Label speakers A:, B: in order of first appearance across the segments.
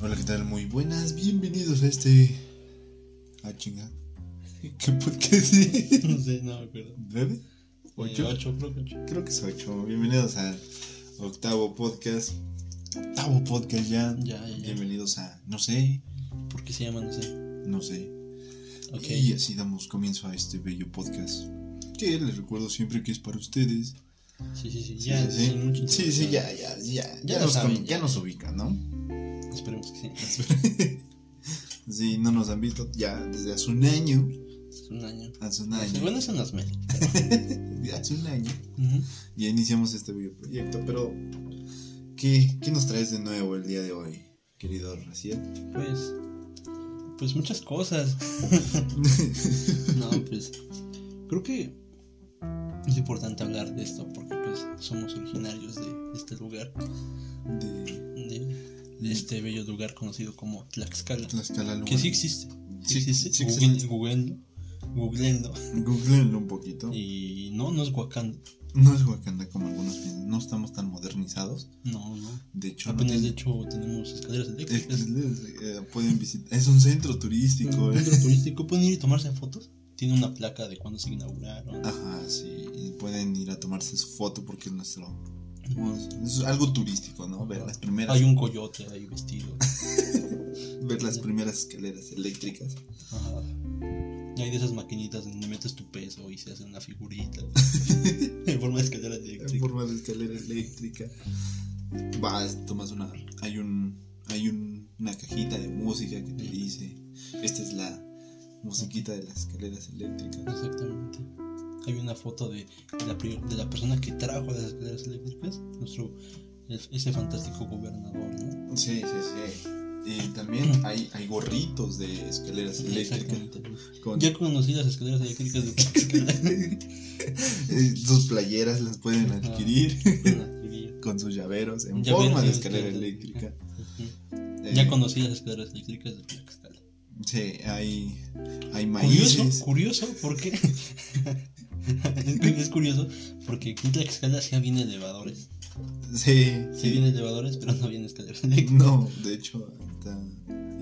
A: Hola, ¿qué tal? Muy buenas, bienvenidos a este. Ah, chinga. ¿Qué por qué sí?
B: No sé, no me acuerdo.
A: ¿Nueve?
B: Eh, Ocho,
A: ¿Ocho?
B: ocho, creo que ocho.
A: Creo que es ocho. Bienvenidos al octavo podcast. Octavo podcast ya.
B: Ya, ya, ya.
A: Bienvenidos a. No sé,
B: ¿Por qué se llama? No sé.
A: no sé.
B: Ok.
A: Y así damos comienzo a este bello podcast. Que les recuerdo siempre que es para ustedes.
B: Sí, sí, sí. Ya, sí, sin mucho
A: sí, sí, ya, ya, ya. Ya,
B: Ya lo
A: nos,
B: saben,
A: con-
B: ya.
A: ya nos ubican, ¿no?
B: Esperemos que sí.
A: Si no nos han visto ya desde hace un año.
B: Es un año.
A: Hace un
B: Sí,
A: año.
B: bueno, son las medias.
A: Desde hace un año.
B: Ujú.
A: Ya iniciamos este videoproyecto, pero ¿qué, qué nos traes de nuevo el día de hoy, querido Raciel?
B: Pues. Pues muchas cosas. No, pues. Creo que es importante hablar de esto porque, pues, somos originarios de este lugar.
A: de
B: De, de este bello lugar conocido como Tlaxcala.
A: Tlaxcala Luma.
B: Que sí existe. Sí, existe.
A: sí
B: Google- Googleenlo. Googleenlo.
A: Googleenlo un poquito.
B: Y no, no es Wakanda.
A: No es Wakanda como algunos piensan, no estamos tan modernizados.
B: No, no.
A: De hecho, no
B: Apenas de
A: tiene-
B: hecho tenemos escaleras
A: es que
B: eléctricas.
A: les- eh, pueden visitar. Es un centro
B: Un
A: turístico. eh.
B: centro turístico. Pueden ir y tomarse fotos. Tiene una placa de cuando se inauguraron.
A: Ajá, sí. y pueden ir a tomarse su foto porque es nuestro. Es algo turístico, ¿no? Ver las primeras,
B: Hay un coyote ahí vestido.
A: ver las primeras escaleras eléctricas.
B: Ajá. Y hay de esas maquinitas donde metes tu peso y se hace una figurita. en forma de escalera
A: En
B: eléctrica.
A: forma de escalera eléctrica. Vas, tomas una. Hay un. Hay un- una cajita de música que te dice. Esta es la musiquita de las escaleras eléctricas.
B: Exactamente. Hay una foto de la, pri- de la persona que trajo las escaleras eléctricas. Nuestro. Ese fantástico gobernador, ¿no?
A: Sí, sí, sí. Y también hay, hay gorritos de escaleras eléctricas.
B: Exactamente.
A: Con
B: Ya conocí las escaleras eléctricas de Tlaxcala.
A: eh, sus playeras las pueden
B: Ajá.
A: adquirir.
B: Bueno, adquirí.
A: Con sus llaveros en
B: Llaveros
A: forma de
B: de
A: escalera
B: escalera
A: eléctrica.
B: Ujú.
A: Eh,
B: Ya conocí las escaleras eléctricas de Tlaxcala.
A: Sí, hay. Hay maíces.
B: Curioso, curioso, porque. es curioso, porque aquí en Tlaxcala sí había elevadores.
A: Sí,
B: Sí,
A: sí.
B: había elevadores, pero no había escaleras eléctricas.
A: No, de hecho, hasta-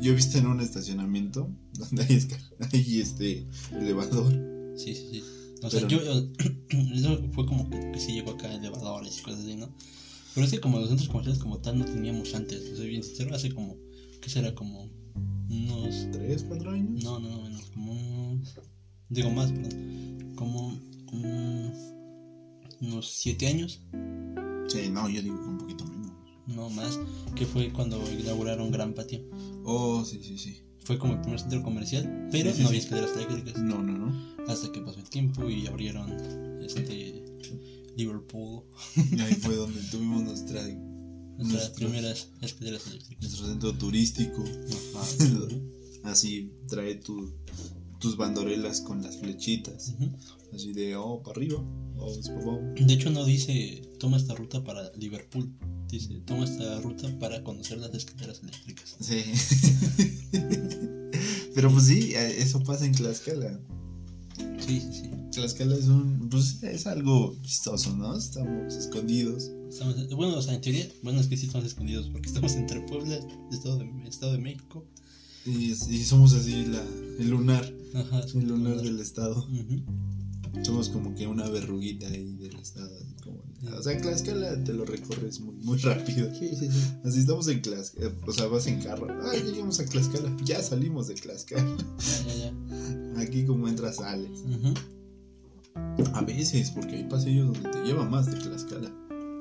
A: yo he visto en un estacionamiento donde hay, esca- hay este elevador.
B: Sí, sí, sí. O sea,
A: Pero-
B: yo. Eso fue como que, que sí llegó acá elevadores y cosas así, ¿no? Pero es que como los centros comerciales como tal no teníamos antes, te soy bien sincero, hace como. ¿Qué será? Como. Unos
A: ¿Tres, cuatro años?
B: No, no, no, menos, como unos- Digo más, perdón. Como un- unos siete años,
A: Sí, no, yo digo que un poquito menos.
B: no más, que fue cuando inauguraron Gran Patio.
A: Oh, sí, sí, sí.
B: Fue como el primer centro comercial, pero
A: Sí, sí,
B: no había
A: sí.
B: escaleras eléctricas.
A: No, no, no.
B: Hasta que pasó el tiempo y abrieron este Liverpool,
A: Y ahí fue donde tuvimos nuestra,
B: nuestras
A: Nuestros-
B: primeras escaleras eléctricas.
A: nuestro centro turístico.
B: Ajá, ujú.
A: Así trae tu- tus bandorelas con las flechitas. Así de, oh, para arriba. Oh, es para abajo.
B: De hecho no dice toma esta ruta para Liverpool, dice toma esta ruta para conocer las escaleras eléctricas.
A: Sí. Pero pues sí, eso pasa en Tlaxcala.
B: Sí, sí, sí.
A: Tlaxcala es un. Pues es algo chistoso, ¿no? Estamos escondidos.
B: Estamos- bueno, o sea, en teoría, bueno, es que sí estamos escondidos porque estamos entre Puebla, Estado de, Estado de México.
A: Y, y somos así la, el lunar.
B: Ajá,
A: El lunar del estado.
B: Ujú.
A: Somos como que una verruguita ahí del estado. así como- o sea, Tlaxcala te lo recorres muy, muy rápido.
B: Sí, sí, sí.
A: Así estamos en Tlaxcala. O sea, vas en carro. Ah, ya llegamos a Tlaxcala. Ya salimos de Tlaxcala.
B: Ya, ya, ya.
A: Aquí como entras, sales.
B: Ujú.
A: A veces, porque hay pasillos donde te lleva más de Tlaxcala.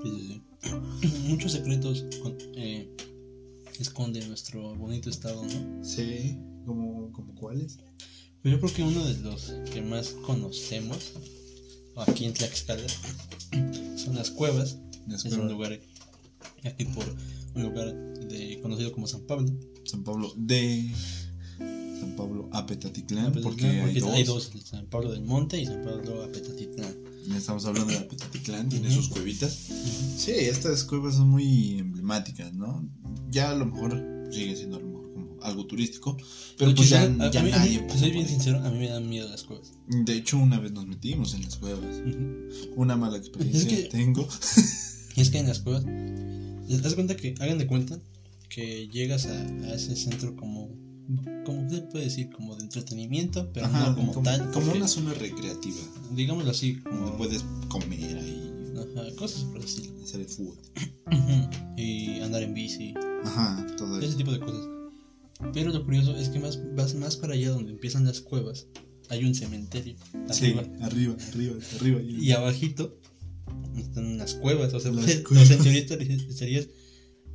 B: Sí, sí, sí. Muchos secretos con- eh, esconde nuestro bonito estado, ¿no?
A: Sí, como, como cuáles.
B: Pero yo creo que uno de los que más conocemos aquí en Tlaxcala son las cuevas. Es un lugar aquí por un lugar de, conocido como San Pablo.
A: San Pablo de San Pablo a Petatitlán,
B: Pues, Porque,
A: Ah, porque, hay, dos.
B: San Pablo del Monte y San Pablo Apetatitlán.
A: Estamos hablando de Petatitlán, tiene
B: Ujú.
A: sus cuevitas. Sí, estas cuevas son muy emblemáticas, ¿no? Ya a lo mejor sigue siendo a lo mejor como algo turístico, pero
B: De
A: pues
B: hecho,
A: ya,
B: a- a
A: ya
B: mí- a mí-
A: nadie. pues, pasa
B: Soy bien
A: por ahí.
B: sincero, a mí me dan miedo las cuevas.
A: De hecho, una vez nos metimos en las cuevas. Una mala experiencia
B: que-
A: tengo.
B: eh, Y es que en las cuevas, ¿te das cuenta que, hagan de cuenta que llegas a, a ese centro como, como se puede decir, como de entretenimiento, pero
A: Ajá,
B: no como, tal. Ah.
A: como
B: porque,
A: una zona recreativa.
B: Digámoslo así,
A: Donde
B: como
A: puedes comer ahí,
B: ajá, cosas por el estilo.
A: hacer el fútbol.
B: Ujú, y andar en bici,
A: Ajá, todo
B: ese
A: eso.
B: tipo de cosas. Pero lo curioso es que más, vas más para allá donde empiezan las cuevas, hay un cementerio
A: Sí,
B: arriba.
A: arriba, arriba, arriba.
B: Y abajito están unas cuevas, o sea,
A: Las
B: pues,
A: cuevas.
B: o sea, en teoría estar- estarías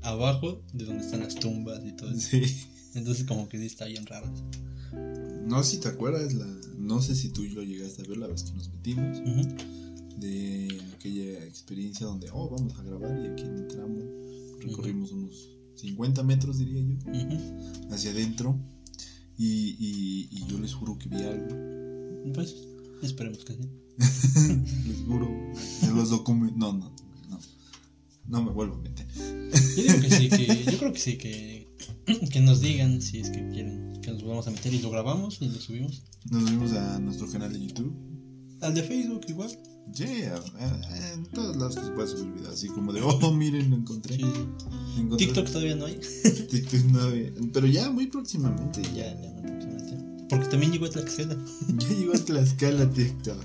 B: abajo de donde están las tumbas y todo eso.
A: Sí.
B: Entonces como que sí está bien raro. eso.
A: No sé si te acuerdas, la... no sé si tú lo llegaste a ver la vez que nos metimos,
B: Ujú.
A: de aquella experiencia donde, oh, vamos a grabar y aquí entramos, recorrimos unos 50 metros, diría yo,
B: Ujú.
A: hacia adentro. Y, y- y yo les juro que vi algo.
B: Pues esperemos que sí.
A: Les juro. De los documentos. No, no, no. No me vuelvo a meter.
B: Yo digo que sí, que yo creo que sí, que, que nos digan si es que quieren que nos vamos a meter y lo grabamos y lo subimos.
A: Nos vimos a nuestro canal de YouTube.
B: Al de Facebook igual.
A: Yeah, eh, en todos lados que se puede subir video, así como de, oh, miren, lo encontré.
B: Sí.
A: Encontré
B: TikTok todavía no hay.
A: TikTok no había. Pero ya, muy próximamente, ya,
B: Ya, ya, no, próximamente. Porque también llegó a Tlaxcala.
A: ya llegó a Tlaxcala TikTok.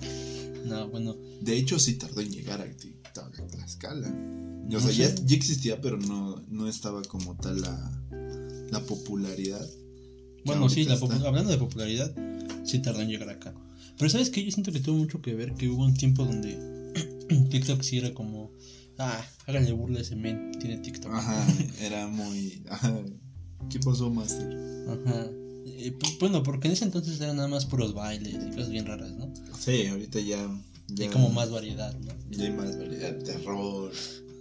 B: No, bueno,
A: De hecho, sí tardó en llegar a TikTok, a Tlaxcala. Y, O
B: No
A: sea, ya,
B: sé.
A: ya existía, pero no, no estaba como tal la, la popularidad. que
B: Bueno, sí,
A: ahorita
B: la
A: está.
B: popu- hablando de popularidad, sí tardó en llegar acá. Pero sabes que yo siento que tuvo mucho que ver que hubo un tiempo donde TikTok sí era como, ah, háganle burla a ese men, tiene TikTok.
A: Ajá, era muy. ajá. ¿Qué pasó, Master?
B: Ajá. Eh, pu- bueno, porque en ese entonces eran nada más puros bailes y cosas bien raras, ¿no?
A: Sí, ahorita ya. ya
B: Y como más variedad, ¿no?
A: Ya hay más variedad, terror.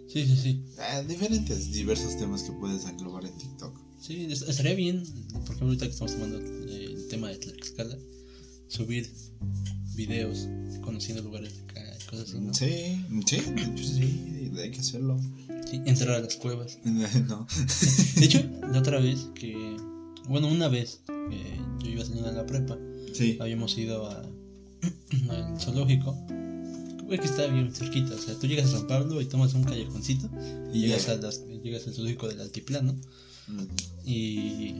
B: Sí, sí, sí.
A: Ah, diferentes, diversos temas que puedes englobar en TikTok.
B: Sí, es- estaría bien, por ejemplo, ahorita que estamos tomando eh, el tema de Tlaxcala, subir videos conociendo lugares acá, cosas así, ¿no? Sí.
A: Sí, sí, de hecho sí, hay que hacerlo.
B: Entrar a las cuevas.
A: No.
B: De hecho, la otra vez que. Bueno, una vez que yo iba saliendo de la prepa,
A: Sí.
B: habíamos ido a. al zoológico. Güey, que está bien cerquita. O sea, tú llegas a San Pablo y tomas un callejoncito y
A: Y
B: llegas,
A: ya.
B: a las- llegas al zoológico del altiplano. Y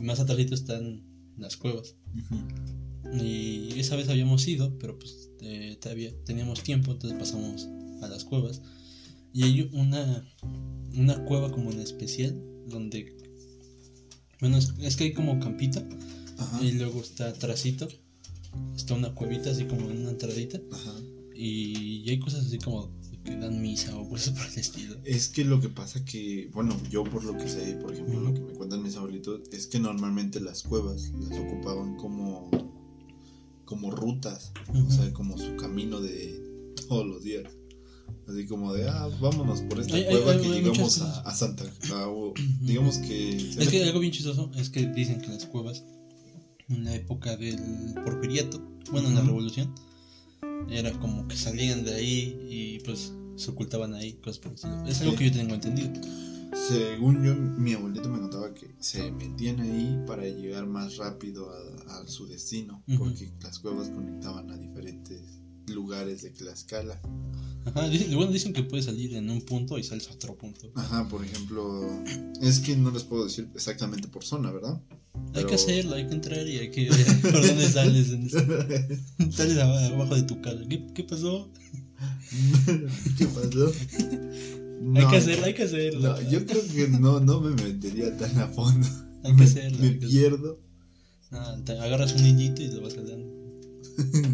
B: más atrásito están las cuevas. Y esa vez habíamos ido, pero pues eh, todavía teníamos tiempo, entonces pasamos a las cuevas. Y hay una, una cueva como en especial, donde... Bueno, es, es que hay como campita
A: Ajá.
B: y luego está atrásito. Está una cuevita así como en una entradita.
A: Ajá.
B: Y, y hay cosas así como que dan misa o cosas por el estilo.
A: Es que lo que pasa que, bueno, yo por lo que sé, por ejemplo,
B: Ujú.
A: lo que me cuentan mis abuelitos, es que normalmente las cuevas las ocupaban como, como rutas, o sea, como su camino de todos los días. Así como de, ah, vámonos por esta
B: Hay- hay-
A: cueva
B: hay-
A: que
B: hay
A: llegamos
B: muchas
A: a,
B: cosas.
A: a Santa, a- o- digamos que...
B: Es que algo bien chistoso es que dicen que las cuevas en la época del porfiriato, bueno, en la
A: Ujú.
B: revolución, era como que salían de ahí y pues se ocultaban ahí, cosas por el estilo. Es algo
A: Sí.
B: que yo tengo entendido.
A: Según yo, mi abuelito me contaba que se metían ahí para llegar más rápido a, a su destino,
B: Ujú.
A: porque las cuevas conectaban a diferentes lugares de Tlaxcala.
B: Ajá, dicen, bueno, dicen que puedes salir en un punto y sales a otro punto.
A: Ajá, por ejemplo, es que no les puedo decir exactamente por zona, ¿verdad?
B: Hay
A: Pero-
B: que hacerlo, hay que entrar y hay que ver por dónde sales. en- este sales aba- abajo de tu casa. ¿Qué, qué pasó?
A: ¿Qué pasó?
B: hay
A: No,
B: que hacerlo, hay que hacerlo.
A: no, yo creo que no, no me metería tan a fondo.
B: Hay que hacerlo.
A: Me,
B: hay que-
A: pierdo.
B: Ah, te agarras un hilito y lo vas jalando.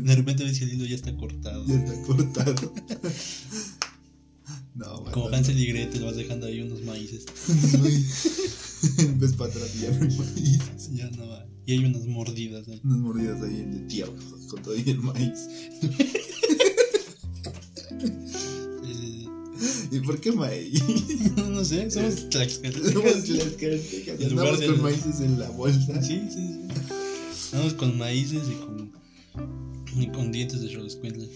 B: De repente ves que el hilo ya está cortado.
A: Ya está cortado. No, bueno.
B: Como Hansel y Gretel vas dejando ahí unos maíces. pues,
A: Muy- Ves para atrás y ya no hay maíz.
B: Ya no va. Y hay unas mordidas. ¿eh? ahí.
A: Unas mordidas ahí de tierra pues, con todo y el maíz.
B: Eh,
A: ¿Y por qué maíz?
B: no, no sé, somos
A: Somos
B: tlaxcaltecas.
A: las características.
B: En lugar
A: Andamos
B: de-
A: con maíces en la bolsa.
B: Sí, sí, sí. Vamos con maíces y con, y con dientes de Choloscuintla.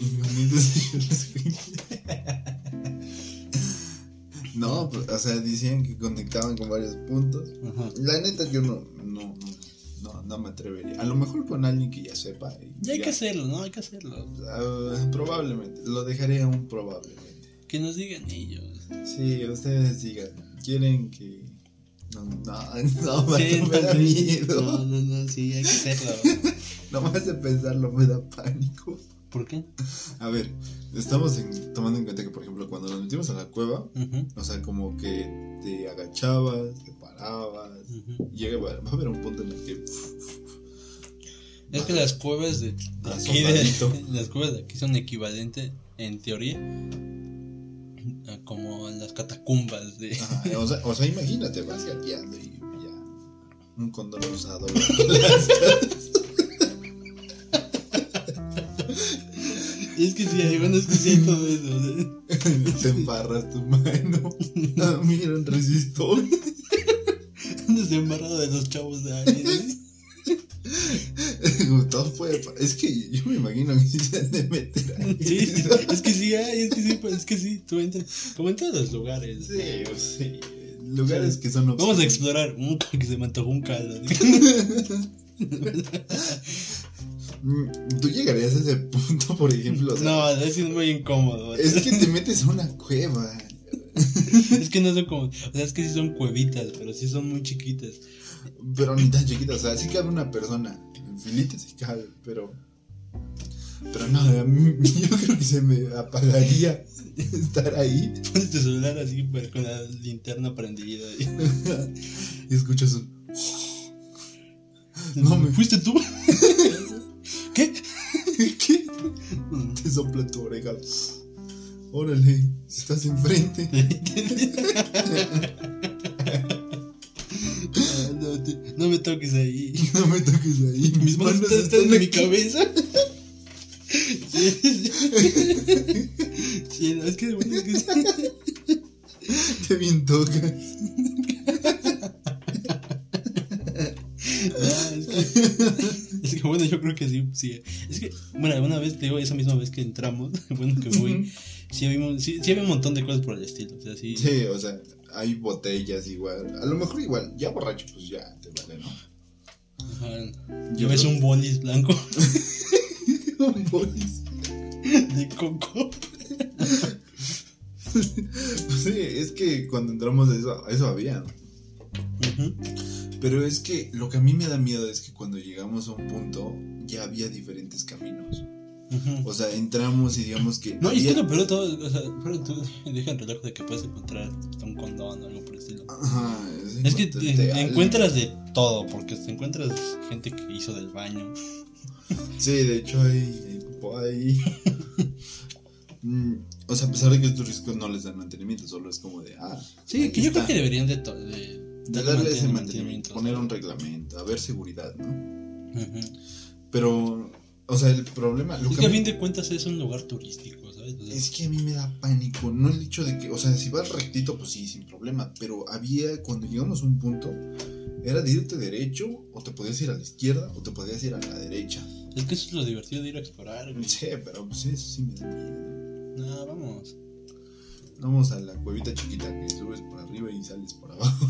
A: No, pues, o sea, decían que conectaban con varios puntos.
B: Ajá.
A: La neta, yo no, no, no, no me atrevería. A lo mejor con alguien que ya sepa. y
B: Y hay
A: diga,
B: que hacerlo, ¿no? Hay que hacerlo.
A: "Ah, probablemente, lo dejaré aún probablemente.
B: Que nos digan ellos.
A: Sí, ustedes digan, quieren que No, no, no,
B: Sí,
A: me da
B: también.
A: miedo.
B: No, no, no, sí, hay que hacerlo.
A: Nomás de pensarlo me da pánico.
B: ¿Por qué?
A: A ver, estamos en- tomando en cuenta que, por ejemplo, cuando nos metimos a la cueva,
B: Ujú,
A: o sea, como que te agachabas, te parabas.
B: ujú.
A: Llega, va a haber un punto en el que.
B: Es que las cuevas de, de aquí, de-
A: Asombradizo.
B: las cuevas de aquí son equivalentes, en teoría, a como a las catacumbas de...
A: Ajá, o, sea, o sea, imagínate, vas gateando y ya. Un condón usado. güey.
B: Es que sí, hay, bueno, es que sí hay todo eso. o sea.
A: te embarras tu mano. Ah, mira, un resistor.
B: Andas embarrado de los chavos de ahí. ¿eh?
A: Todo puede pa- Es que yo me imagino que sí se han de meter ahí.
B: Sí, es que sí hay, es que sí, pues, es que sí, tú entras, como en todos los lugares.
A: Sí, o sea, Lugares que son
B: Vamos a
A: obscuros.
B: explorar, Mm, que se me antojó un caldo.
A: Mm, Tú llegarías a ese punto, por ejemplo. o sea,
B: No, es muy incómodo.
A: Es que te metes a una cueva.
B: Es que no son como, o sea, es que sí son cuevitas, pero sí son muy chiquitas.
A: Pero ni tan chiquita. O sea, sí cabe una persona. En filitas sí cabe, pero. Pero no, a mí- yo creo que se me apagaría estar ahí.
B: Pones tu celular así pero con la linterna prendida. y-
A: Y escuchas un. No, me-
B: ¿Fuiste tú? ¿Qué?
A: ¿Qué? Te sopla tu oreja. Órale, si estás enfrente.
B: Ah, no, te- no me toques ahí.
A: No me toques ahí.
B: Mis manos están, están en mi
A: aquí.
B: cabeza. Sí, sí. Sí, no, es que, bueno, es que sí.
A: Te bien tocas.
B: Ah, es que- es que, bueno, yo creo que sí, sí. Es que, bueno, una vez, te digo, esa misma vez que entramos, bueno, que fui, sí, había un- sí, sí había un montón de cosas por el estilo. O sea, sí.
A: Sí, o sea, hay botellas igual. A lo mejor igual, ya borracho, pues ya te vale, ¿no?
B: Ajá.
A: Yo
B: Lleves
A: creo-
B: un bolis blanco
A: un bolis.
B: de coco.
A: Pues Sí, es que cuando entramos a eso, a eso había. ¿no?
B: Ujú.
A: Pero es que lo que a mí me da miedo es que cuando llegamos a un punto ya había diferentes caminos.
B: Ujú.
A: O sea, entramos y digamos que.
B: No, y es
A: había-
B: que lo peor de todo, o sea, pero tú deja el reloj de que puedes encontrar hasta un condón o algo por el estilo.
A: Ajá,
B: Es que te-
A: encontrarte
B: te
A: algo.
B: encuentras de todo, porque te encuentras gente que hizo del baño.
A: Sí, de hecho hay, hay popó ahí. Mm, o sea, a pesar de que estos riscos no les dan mantenimiento, solo es como de. Ah,
B: Sí,
A: ahí
B: que yo
A: está.
B: creo que deberían de, to- de
A: De darle ese
B: mantenimiento,
A: mantenimiento, poner un reglamento, a ver seguridad, ¿no?
B: Ujú.
A: Pero, o sea, el problema, lo
B: Es
A: que
B: que
A: a
B: a
A: mí-
B: fin de cuentas es un lugar turístico, ¿sabes? O sea,
A: es que a mí me da pánico, no el hecho de que, o sea, si vas rectito, pues sí, sin problema, pero había, cuando llegamos a un punto, era de irte derecho, o te podías ir a la izquierda, o te podías ir a la derecha.
B: es que eso es lo divertido de ir a explorar. güey.
A: Sí, pero pues eso sí me da miedo.
B: No, vamos.
A: Vamos a la cuevita chiquita que subes por arriba y sales por abajo.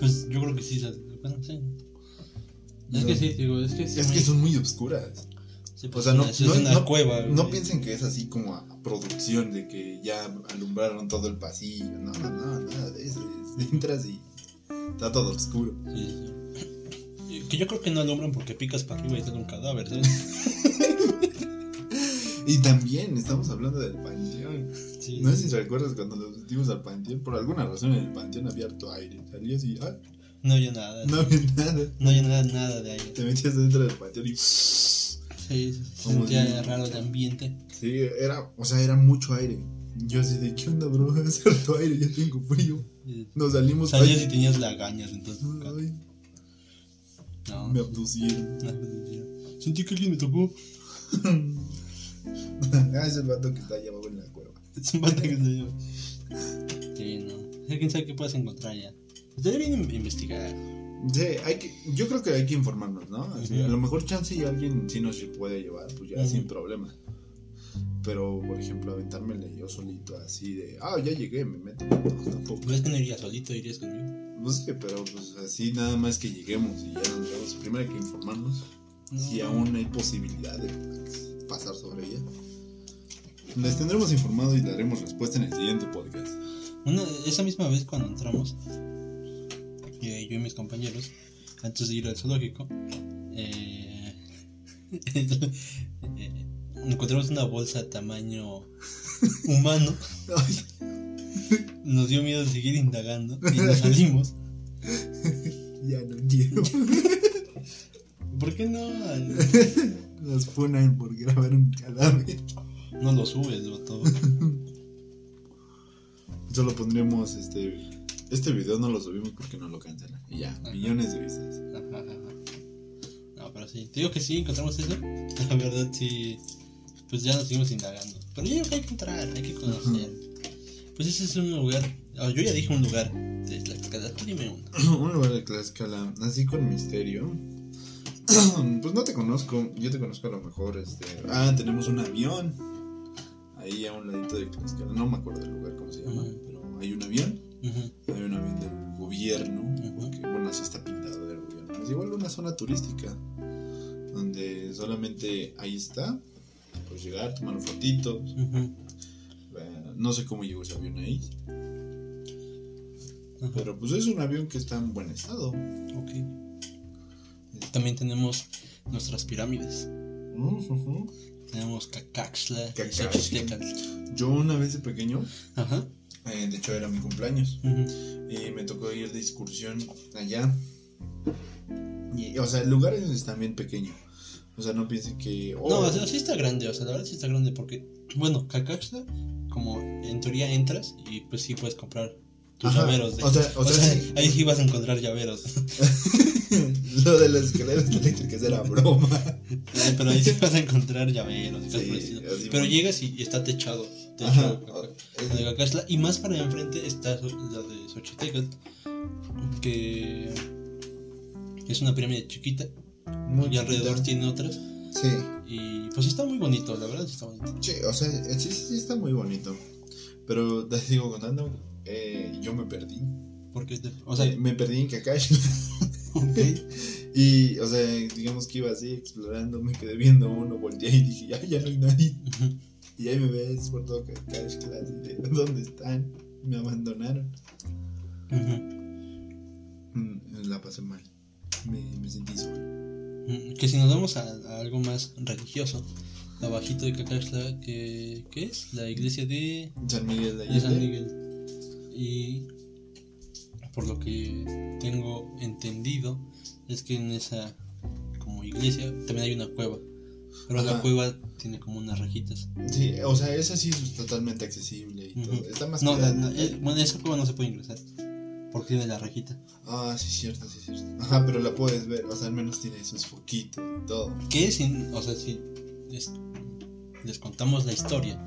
B: Pues yo creo que sí. se- Bueno, sí. Es
A: No.
B: que sí, digo, es que sí.
A: Es
B: muy-
A: que son muy obscuras.
B: sí,
A: O
B: pues,
A: sea, no,
B: es
A: no,
B: una
A: no-
B: cueva.
A: no
B: güey.
A: piensen que es así como a producción de que ya alumbraron todo el pasillo. No, no, no, nada de eso. Es- Entras y está todo oscuro.
B: Sí, sí. Y Que yo creo que no alumbran porque picas para arriba y sale un cadáver, ¿sabes?
A: Y también estamos hablando del panteón.
B: Sí.
A: No sé si recuerdas cuando nos metimos al panteón. Por alguna razón en el panteón había harto aire. Salías y ah,
B: No había nada.
A: no había nada.
B: No había nada, nada de ahí.
A: Te metías dentro del panteón y. Sí,
B: Sí, se
A: Como
B: sentía
A: si-
B: raro de ambiente.
A: era, o sea, era mucho aire. Yo así de, ¿qué onda, bro? Es harto aire, ya tengo frío.
B: Eh,
A: Nos salimos.
B: Salías y tenías lagañas, entonces.
A: Ay,
B: No.
A: me abducieron.
B: no, Sentí que alguien me tocó.
A: ah, es el vato que está allá abajo en la cueva.
B: Es un vato que se llama. Sí, no. ¿Quién sabe qué puedes encontrar allá? Ustedes vienen a investigar.
A: Sí, hay que, yo creo que hay que informarnos, ¿no? Así,
B: Ujú.
A: A lo mejor chance y alguien sí nos puede llevar, pues ya
B: Ujú.
A: sin problema. Pero, por ejemplo, aventármele yo solito así de, ah, ya llegué, me meto. No, tampoco.
B: No es que no irías solito, irías conmigo.
A: No sé, pero pues así nada más que lleguemos y ya nos vamos. Primero hay que informarnos si aún hay posibilidad de pasar sobre ella. Les tendremos informado y daremos respuesta en el siguiente podcast.
B: Una, esa misma vez cuando entramos, eh, yo y mis compañeros, antes de ir al zoológico, eh, eh, encontramos una bolsa tamaño humano. Nos dio miedo seguir indagando y nos salimos.
A: Ya no quiero.
B: ¿Por qué no?
A: Las ponen por grabar un cadáver.
B: No lo subes, todo
A: Solo pondremos este. Este video no lo subimos porque no lo cancelan. Y ya,
B: Ajá.
A: millones de vistas.
B: Ajá, ajá, ajá. No, pero sí. Te digo que sí, encontramos eso. La verdad, sí. Pues ya nos seguimos indagando. Pero yo digo que hay que entrar, hay que conocer. Pues ese es un lugar. ah, yo ya dije un lugar de Tlaxcala. Tú dime uno.
A: un lugar de Tlaxcala, así con misterio. pues no te conozco, yo te conozco a lo mejor. Este... Ah, tenemos un avión. Ahí a un ladito de Tlaxcala, no me acuerdo del lugar cómo se llama,
B: Ujú.
A: pero hay un avión.
B: Ujú.
A: Hay un avión del gobierno,
B: Ujú.
A: porque bueno, así está pintado del gobierno. Es igual una zona turística, donde solamente ahí está. Pues llegar, tomar fotitos.
B: Ujú.
A: eh, No sé cómo llegó ese avión ahí,
B: Ajá.
A: pero pues es un avión que está en buen estado.
B: Ok. También tenemos nuestras pirámides.
A: Ujú.
B: Tenemos Cacaxla,
A: Cacaxtla.
B: Xochitl.
A: Yo una vez de pequeño
B: Ajá.
A: Eh, de hecho, era mi cumpleaños.
B: Ujú.
A: Y me tocó ir de excursión allá. Y, o sea, el lugar es también pequeño. O sea, no piensen que. oh,
B: No, o sea, sí está grande, o sea, la verdad sí está grande porque, bueno, Cacaxla, como en teoría entras y pues sí puedes comprar tus
A: Ajá.
B: llaveros. de-
A: O sea, o sea, sí.
B: ahí sí vas a encontrar llaveros.
A: lo de las escaleras eléctricas era broma.
B: Ay, Pero ahí sí vas a encontrar llaveros. y cosas
A: Sí,
B: por el estilo.
A: así
B: Pero
A: muy-
B: llegas y y está techado.
A: Ajá.
B: techado Cacaxtla. La de Cacaxtla, Y más para allá enfrente está so- la de Xochitl, que es una pirámide chiquita
A: Muy
B: y alrededor
A: bonito.
B: tiene otras.
A: Sí.
B: Y pues está muy bonito, la verdad sí está bonito.
A: Sí, o sea, eh, sí, sí, sí está muy bonito. Pero te digo contando, eh, yo me perdí.
B: Porque, te- o sea,
A: Eh, me perdí en Kakashi.
B: ok,
A: Y, o sea, digamos que iba así explorando, me quedé viendo uno, volteé y dije, ay, ya no hay nadie. Y ahí me ves por todo que Cash Class y de dónde están. Me abandonaron.
B: ujú.
A: Mm, La pasé mal. Me, me sentí solo.
B: Mm, que si nos vamos a, a algo más religioso, abajito de Cacaxla, que, que es la iglesia de
A: San Miguel de
B: de San
A: Allende.
B: Miguel. Y por lo que tengo entendido es que en esa como iglesia también hay una cueva. Pero
A: Ajá.
B: la cueva tiene como unas rejitas.
A: Sí, o sea, esa sí es totalmente accesible y todo.
B: Ujú.
A: Está más
B: No,
A: cuidada.
B: la- la- eh, bueno, esa cueva no se puede ingresar. Porque tiene la rejita.
A: Ah, sí, cierto, sí, cierto. Ajá, pero la puedes ver. O sea, al menos tiene sus foquitos y todo.
B: Que si, o sea, si les, les contamos la historia.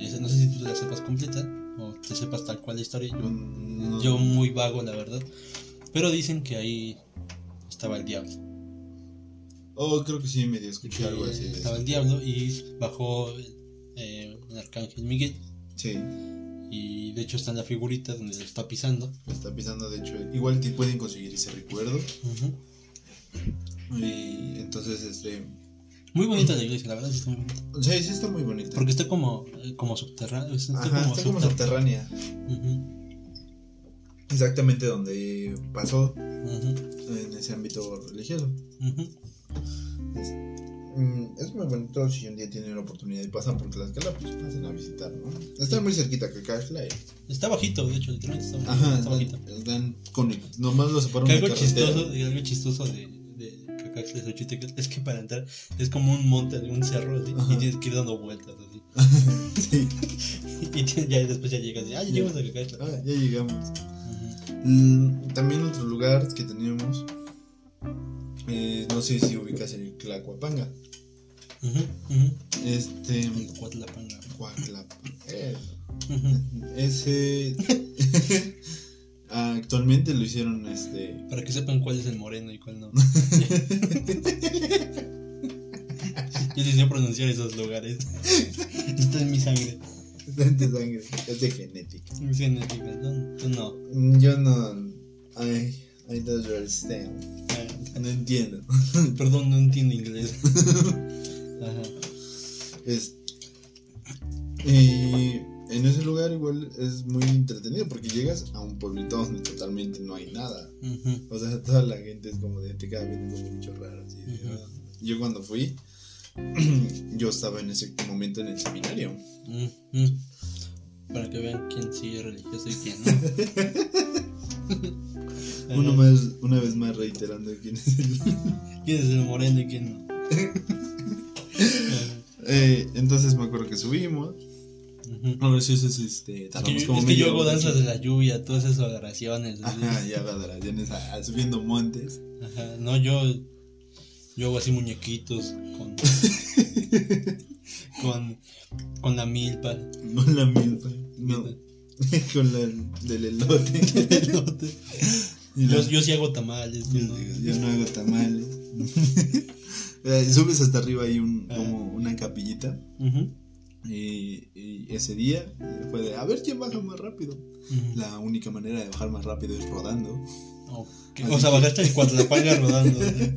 B: esa- No sé si tú la sepas completa o te sepas tal cual la historia. Yo
A: Mm, no.
B: Yo muy vago, la verdad. Pero dicen que ahí estaba el diablo.
A: Oh, creo que sí, medio escuché
B: que
A: algo así. de eso.
B: estaba el diablo y bajó eh, el arcángel Miguel.
A: Sí,
B: Y de hecho está en la figurita donde lo está pisando.
A: me está pisando, de hecho. Igual te pueden conseguir ese recuerdo. Y entonces, este.
B: Muy bonita la iglesia, la verdad. sí está muy bonita.
A: O sea, sí está muy bonito.
B: Porque está como, eh, como subterráneo. Está
A: Ajá,
B: como
A: está como
B: subter-
A: subterránea.
B: Ujú,
A: Exactamente donde pasó
B: ujú,
A: en ese ámbito religioso.
B: ujú.
A: Mm, es muy bonito si un día tienen la oportunidad de pasar por Tlaxcala, pues pasen a visitar, ¿no? Está muy cerquita que Caxla.
B: Está bajito, de hecho, literalmente está,
A: Ajá,
B: está bajito.
A: están, están conect- Nomás lo separan
B: Que
A: una
B: algo
A: carretera.
B: chistoso, y algo chistoso de, de Cacaxtla y Xochitl es que para entrar es como un monte de un cerro así,
A: Ajá.
B: y tienes que ir dando vueltas así.
A: sí.
B: Y te- ya después ya llegas y ah, ya
A: Ya.
B: llegamos a Cacaxtla.
A: Ah, ya llegamos.
B: Ujú.
A: Mm, también otro lugar que tenemos. eh, no sé si ubicas el Tlacuapanga.
B: Ujú, ujú.
A: Este.
B: El Cuatlapanga.
A: Cuatlap- eh,
B: Ujú.
A: Ese. Actualmente lo hicieron este.
B: Para que sepan cuál es el moreno y cuál no. Yo les sé pronunciar esos lugares. Está en mi sangre.
A: de sangre. Es de genética.
B: Mi genética. No, tú no.
A: Mm, Yo no. I, I don't understand.
B: Ah,
A: No entiendo.
B: Perdón, no entiendo inglés. Ajá.
A: Es. Y en ese lugar igual es muy entretenido porque llegas a un pueblito donde totalmente no hay nada.
B: Ujú, ujú.
A: O sea, toda la gente es como de te queda viendo como bicho raro. así de,
B: Ujú.
A: "Ah". Yo cuando fui, yo estaba en ese momento en el seminario.
B: Ujú. Para que vean quién sí es religioso y quién no.
A: Uno más, una vez más reiterando quién es el
B: ¿Quién es el moreno y quién no?
A: Eh, entonces me acuerdo que subimos.
B: Ujú.
A: A ver si eso es este.
B: Es que,
A: tardamos
B: yo,
A: como
B: es que yo
A: media
B: hago
A: hora.
B: danzas de la lluvia, todas esas oraciones. ¿sí?
A: Ajá, ya las oraciones, ah, subiendo montes.
B: Ajá, No, yo, yo hago así muñequitos con, con, con la milpa.
A: Con la milpa. No. Con la del elote. Y
B: Yo,
A: la-
B: yo sí hago tamales. tú
A: yo,
B: no.
A: digo, yo no hago tamales. Eh, Subes hasta arriba hay un,
B: Ah.
A: como una capillita.
B: Ujú,
A: Y, y ese día eh, fue de a ver quién baja más rápido.
B: ujú.
A: La única manera de bajar más rápido es rodando.
B: Ok,
A: Así
B: O sea,
A: que-
B: bajaste el Cuatlapanga rodando. ¿no?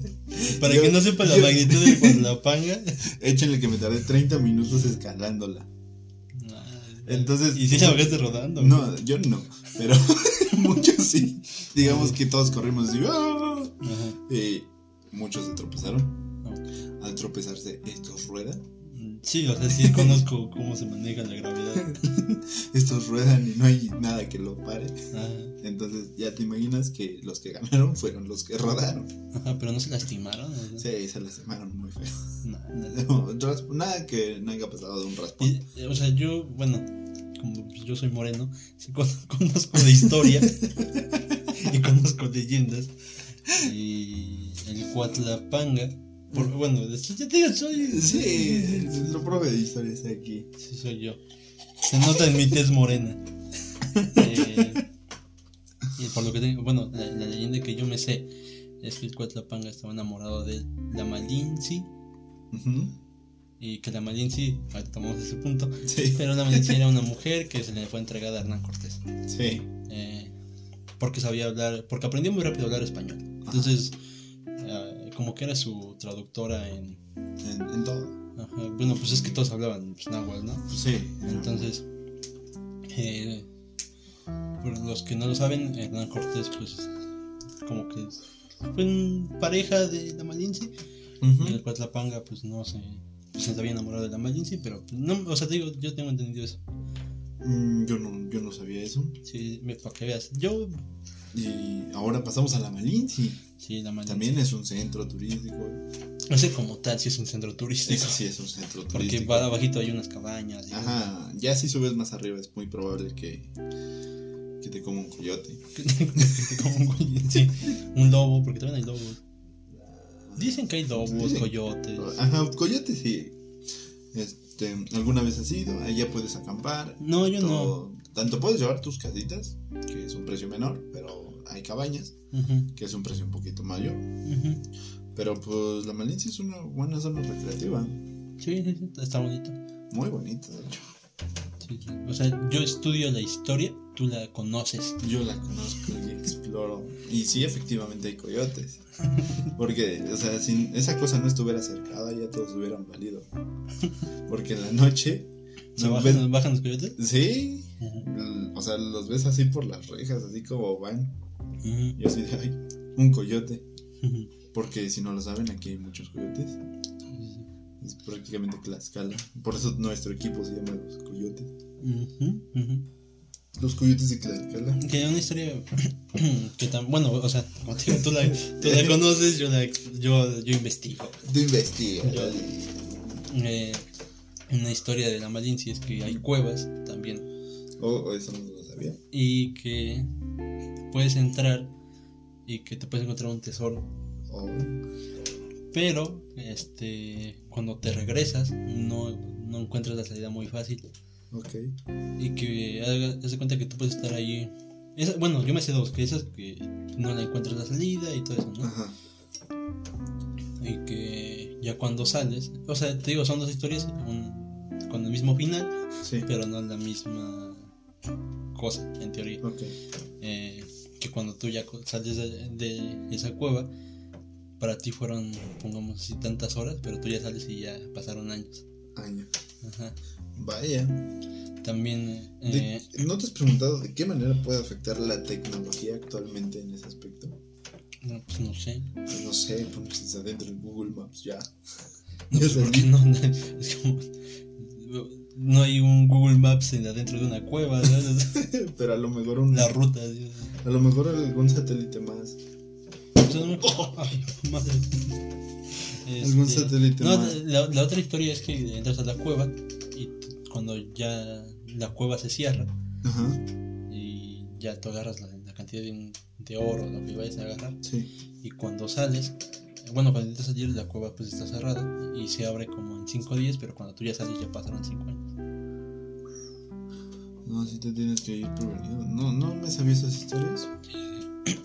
B: Para
A: Yo-
B: que no sepa la
A: yo-
B: magnitud del Cuatlapanga.
A: Échenle que me tardé 30 minutos escalándola.
B: No,
A: Entonces-
B: ¿Y si la bajaste rodando?
A: No, yo no, pero muchos sí. Digamos que todos corrimos así. ¡ah!
B: Ajá.
A: Eh, muchos se tropezaron.
B: Ok.
A: Al tropezarse estos ruedan.
B: Sí, o sea, sí conozco cómo se maneja la gravedad.
A: Estos ruedan y no hay nada que lo pare.
B: Ajá.
A: Entonces ya te imaginas que los que ganaron fueron los que rodaron.
B: Ajá, pero no se lastimaron. ¿no?
A: Sí, se lastimaron muy feo.
B: No, no, no.
A: No, ras- nada que no haya pasado de un raspón.
B: Y, eh, o sea, yo, bueno, como pues, yo soy moreno, sí con- conozco de historia y conozco leyendas. Y el Cuatlapanga, por- bueno, esto ya te digo, soy.
A: Mm. Sí, nuestro profe de historia está aquí.
B: Sí, soy yo. Se nota en mi tez morena. Eh, y por lo que tengo, bueno, la, la leyenda que yo me sé es que el Cuatlapanga estaba enamorado de la Malinci
A: Ujú.
B: y que la Malinci, ahorita tomamos ese punto,
A: Sí,
B: pero la Malinci era una mujer que se le fue entregada a Hernán Cortés.
A: sí.
B: eh, porque sabía hablar, porque aprendió muy rápido a hablar español. Entonces, eh, como que era su traductora en...
A: En, en todo.
B: ajá, bueno, pues es que todos hablaban pues, náhuatl, ¿no?
A: Pues sí.
B: Entonces, eh, por los que no lo saben, Hernán Cortés, pues, como que fue en pareja de la Malinche,
A: Ujú.
B: y el Cuatlapanga, pues, no se, pues, se había enamorado de la Malinche, pero, pues, no, o sea, te digo, yo tengo entendido eso.
A: Mm, yo, no, yo no sabía eso.
B: Sí, me- para que veas. Yo,
A: Y ahora pasamos a la Malinci.
B: sí, la Malinche.
A: También es un centro turístico.
B: Ese como tal sí es un centro turístico.
A: Ese sí es un centro
B: Porque
A: turístico.
B: va abajito hay unas cabañas. y-
A: Ajá, ya si subes más arriba es muy probable que, que te coma un coyote.
B: Como un, güey, sí, un lobo, porque también hay lobos. Dicen que hay lobos,
A: Sí.
B: coyotes.
A: Ajá, coyote sí. Este, ¿Alguna vez has ido? Ahí ya puedes acampar.
B: No, yo no.
A: Tanto- Tanto puedes llevar tus casitas, que es un precio menor, pero hay cabañas,
B: Ujú,
A: que es un precio un poquito mayor.
B: ujú.
A: Pero pues la Malincia es una buena zona recreativa.
B: Sí, sí, sí, está bonito.
A: Muy bonita, de hecho.
B: Sí, sí. O sea, yo estudio la historia, tú la conoces.
A: Yo la conozco y exploro. Y sí, efectivamente hay coyotes. Porque, o sea, si esa cosa no estuviera cercada, ya todos hubieran valido. Porque en la noche.
B: ¿Se
A: no
B: bajan,
A: ves-
B: bajan los coyotes?
A: Sí.
B: Ujú.
A: l- O sea, los ves así por las rejas, así como van.
B: Ujú,
A: Yo así de, ay, un coyote.
B: ujú.
A: Porque si no lo saben, aquí hay muchos coyotes. Es prácticamente Tlaxcala. Por eso nuestro equipo se llama Los Coyotes.
B: Ujú, ujú.
A: Los Coyotes de Tlaxcala.
B: Que hay una historia que tan bueno, o sea, como te digo, tú la, tú la conoces, yo la yo, yo investigo.
A: Tú investiga.
B: Yo- Eh, una historia de la Malinche es que hay cuevas también
A: Oh, oh, eso no lo sabía.
B: y que puedes entrar y que te puedes encontrar un tesoro.
A: Oh.
B: Pero este cuando te regresas no, no encuentras la salida muy fácil.
A: Ok.
B: Y que haga- haz de cuenta que tú puedes estar ahí. Esa- bueno, yo me sé dos, que esas que no la encuentras la salida y todo eso, ¿no?
A: Ajá.
B: Y que ya cuando sales, o sea, te digo, son dos historias un- con el mismo final,
A: Sí.
B: pero no es la misma cosa, en teoría.
A: Ok.
B: Eh, que cuando tú ya co- sales de, de esa cueva, para ti fueron, pongamos así, tantas horas, pero tú ya sales y ya pasaron años.
A: Año.
B: Ajá.
A: Vaya.
B: También.
A: ¿De-
B: eh,
A: ¿No te has preguntado de qué manera puede afectar la tecnología actualmente en ese aspecto?
B: no, pues no sé.
A: Pues no sé, pones adentro en Google Maps ya.
B: No,
A: Ya
B: pues, porque
A: salí.
B: no, es como, no hay un Google Maps en- adentro de una cueva, ¿sabes?
A: Pero a lo mejor un,
B: La ruta, Dios.
A: a lo mejor algún satélite más.
B: Entonces, Pues, me- ay, madre.
A: algún
B: Este,
A: satélite
B: no,
A: más.
B: la, la otra historia es que entras a la cueva y cuando ya la cueva se cierra
A: Ajá,
B: y ya tú agarras la, la cantidad de, de oro, lo que vayas a agarrar,
A: sí.
B: y cuando sales, bueno, cuando intentas salir de la cueva pues está cerrada y se abre como en 5 días, pero cuando tú ya sales ya pasaron 5 años.
A: No, si te tienes que ir prevenido. No, no me sabía esas historias.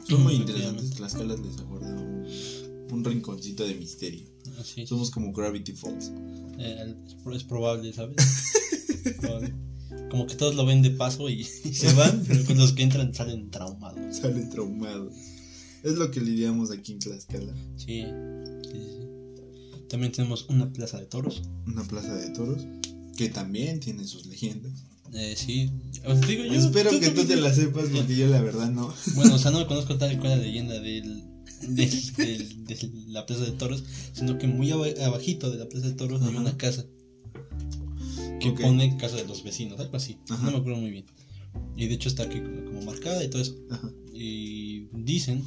A: Son muy interesantes. Tlaxcala les ha guardado un, un rinconcito de misterio.
B: Así es.
A: Somos como Gravity Falls.
B: Eh, es, pro- es probable, ¿sabes? Es probable. Como que todos lo ven de paso y, y se van, pero con los que entran salen traumados.
A: Sale traumado. Es lo que lidiamos aquí en Tlaxcala.
B: Sí, sí, sí, sí. También tenemos una plaza de toros.
A: Una plaza de toros que también tiene sus leyendas.
B: Eh, sí, os digo yo.
A: Espero que tú
B: también-
A: te la sepas porque yo la verdad no.
B: Bueno, o sea, no me conozco tal cual la leyenda del, del- del- de la plaza de toros, sino que muy aba- abajito de la plaza de toros hay
A: Ajá.
B: una casa que
A: Ok.
B: pone casa de los vecinos, algo así.
A: Ajá.
B: No me acuerdo muy bien. Y de hecho está aquí como, como marcada y todo eso.
A: Ajá.
B: Y dicen,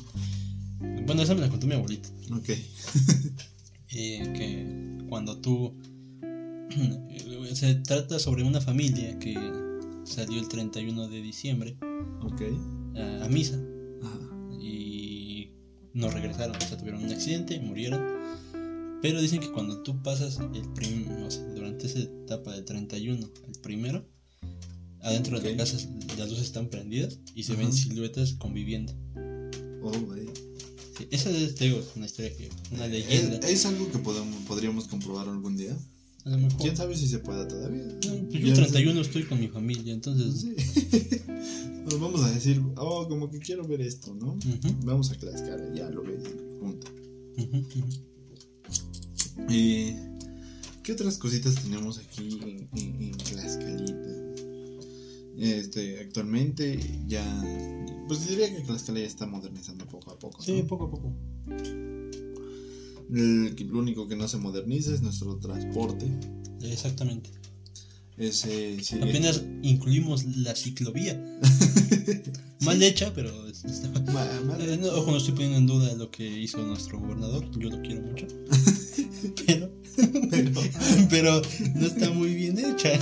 B: bueno, esa me la contó mi abuelita,
A: Ok.
B: eh, que cuando tú se trata sobre una familia que salió el 31 de diciembre
A: Ok. Ah,
B: a- a misa
A: Ajá.
B: y no regresaron, o sea, tuvieron un accidente y murieron. Pero dicen que cuando tú pasas el prim- o sea, durante esa etapa del 31 al primero, adentro de
A: Ok.
B: la casa las luces están prendidas y se ven
A: Ajá.
B: siluetas conviviendo.
A: Oh, güey.
B: Sí, esa es, te digo, es una historia que,
A: Eh,
B: una leyenda.
A: ¿Es, es algo que podemos, podríamos comprobar algún día.
B: A lo mejor.
A: ¿Quién sabe si se pueda todavía?
B: No, pues yo
A: Ya
B: el
A: sé-
B: 31 estoy con mi familia, entonces.
A: Sí. Nos pues, vamos a decir, oh, como que quiero ver esto, ¿no?
B: ujú,
A: Vamos a Tlaxcala, ya lo ves, punto.
B: ujú, ujú.
A: Eh, ¿Qué otras cositas tenemos aquí en, en- en Tlaxcalita? Este, actualmente ya. Pues diría que Tlaxcala ya está modernizando poco a poco.
B: Sí,
A: ¿no?
B: poco a poco.
A: El- lo único que no se moderniza es nuestro transporte.
B: Exactamente.
A: Ese, sí,
B: Apenas incluimos la ciclovía. Mal hecha, pero es- está-
A: Ma- madre,
B: Eh, no, ojo, no estoy poniendo en duda lo que hizo nuestro gobernador, yo lo quiero mucho. Pero,
A: pero
B: pero no está muy bien hecha.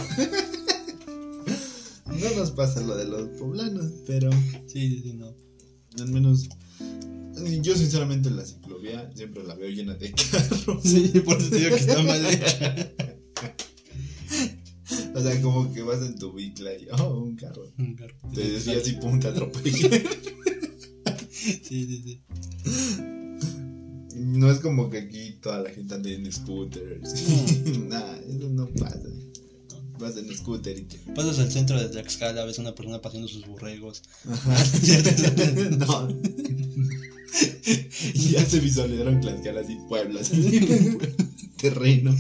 A: no nos pasa lo de los poblanos, pero
B: Sí, sí, sí, no.
A: al menos. Yo, sinceramente, la ciclovía siempre la veo llena de carros.
B: Sí, por eso te digo que está mal hecha.
A: O sea, como que vas en tu bicla y, oh, un carro. Te decía
B: sí,
A: si pum, te atropellé.
B: sí, sí.
A: No es como que aquí toda la gente ande en scooters. Nada, eso no pasa. Vas en scooter y te.
B: Pasas al centro de Tlaxcala, ves a una persona paseando sus borregos.
A: no. y ya se visualizaron Tlaxcala así, Puebla, así, terreno.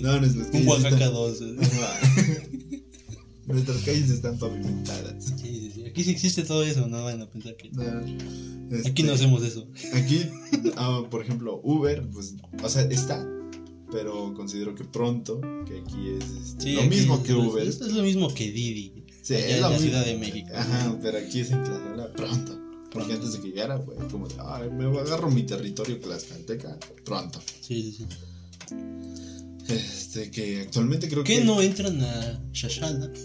A: No, nuestras
B: Un
A: calles.
B: Oaxaca eh.
A: están-
B: 2.
A: Ajá. nuestras calles están pavimentadas.
B: Sí, sí, sí. Aquí sí existe todo eso, no van a pensar que.
A: No,
B: Aquí
A: este,
B: no hacemos eso.
A: Aquí, ah, por ejemplo, Uber, pues, o sea, está, pero considero que pronto, que aquí es este,
B: Sí,
A: lo
B: aquí
A: mismo
B: es-
A: que Uber.
B: Es, es lo mismo que Didi.
A: Sí,
B: allá
A: es
B: en
A: lo
B: la
A: mismo.
B: Ciudad de México.
A: Ajá, pero aquí es en Tlaxcala pronto. Porque
B: Pronto.
A: antes de que llegara, pues, como de, ay, me agarro mi territorio tlaxcalteca pronto.
B: Sí, sí, sí.
A: Este, que actualmente creo
B: ¿Por qué
A: que.
B: no entran a Shashala?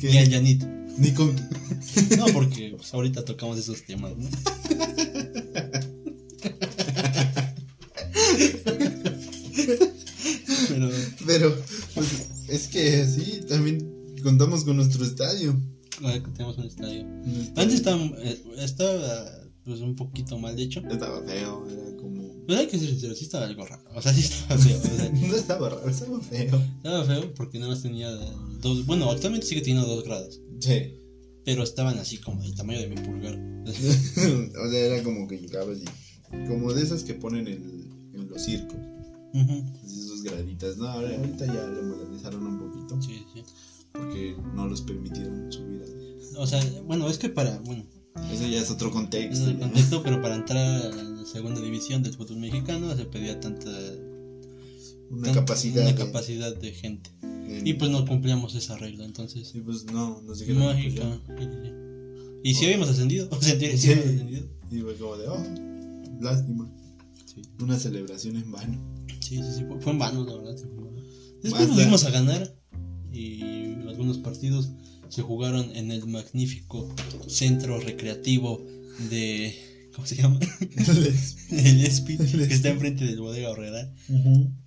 A: que
B: Ni a Yanit.
A: ni con-
B: No, porque pues, ahorita tocamos esos temas, ¿no? Pero
A: Pero, pues, es que sí, también contamos con nuestro estadio.
B: ahora que tenemos un estadio.
A: Un estadio.
B: Antes estaba, eh, estaba pues, un poquito mal hecho.
A: Estaba feo, era como.
B: Pero hay que ser sincero, sí estaba algo raro. O sea, sí estaba feo. O sea,
A: No estaba raro, estaba feo.
B: estaba feo porque nada más tenía dos. Bueno, actualmente sigue teniendo dos grados.
A: Sí.
B: Pero estaban así como del tamaño de mi pulgar.
A: o sea, era como que llegabas y. Como de esas que ponen en, en los circos.
B: Ujú.
A: Esos esas graditas. No, ahora- ahorita ya lo modernizaron un poquito
B: Sí, sí.
A: porque no los permitieron subir. a-
B: O sea, bueno, es que para, bueno,
A: Ese ya es otro
B: en
A: contexto.
B: el
A: ya.
B: Este, Mm, contexto, pero para entrar a la segunda división del fútbol mexicano se pedía tanta
A: Una
B: tan-
A: capacidad.
B: una
A: de-
B: capacidad de gente.
A: de-
B: Y pues no cumplíamos esa regla, entonces.
A: y pues no, nos dijeron. pues,
B: Mágica.
A: ya.
B: Y si habíamos ascendido, o sea, ¿entiendes?
A: Sí.
B: Si habíamos ascendido.
A: Y fue como de, oh, lástima.
B: Sí,
A: Una celebración en vano.
B: sí, sí, sí, fue, fue en vano, la verdad. sí, fue en vano. Después
A: Basta.
B: nos dimos a ganar y algunos partidos se jugaron en el magnífico centro recreativo de. ¿Cómo se llama? el ESPI,
A: El
B: que
A: ESPI.
B: está enfrente del bodega horrera.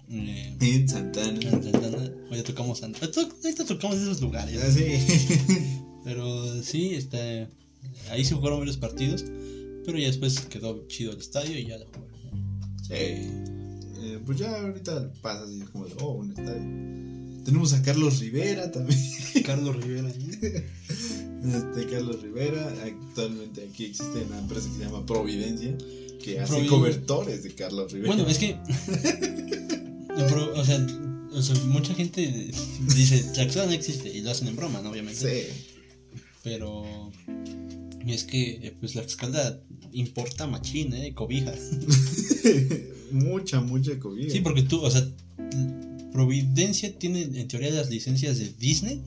B: Eh,
A: en Santana.
B: en Santana, o ya tocamos Santana. Ahorita tocamos esos lugares.
A: Ah, sí.
B: Pero sí, está, ahí se jugaron varios partidos, pero ya después quedó chido el estadio y ya la jugaron.
A: Eh, pues ya ahorita pasa así como de, oh, un estadio. Tenemos a Carlos Rivera también.
B: Carlos Rivera.
A: Este Carlos Rivera, actualmente aquí existe una empresa que se llama Providencia, que hace
B: Providen-
A: cobertores de Carlos Rivera.
B: Bueno, es que. pero, o, sea, o sea, mucha gente dice Tlaxcala no existe y lo hacen en broma, ¿no? Obviamente.
A: Sí,
B: Pero. Es que, eh, pues, Tlaxcala importa machín, ¿eh? Cobija.
A: mucha, mucha comida.
B: Sí, porque tú, o sea, Providencia tiene en teoría las licencias de Disney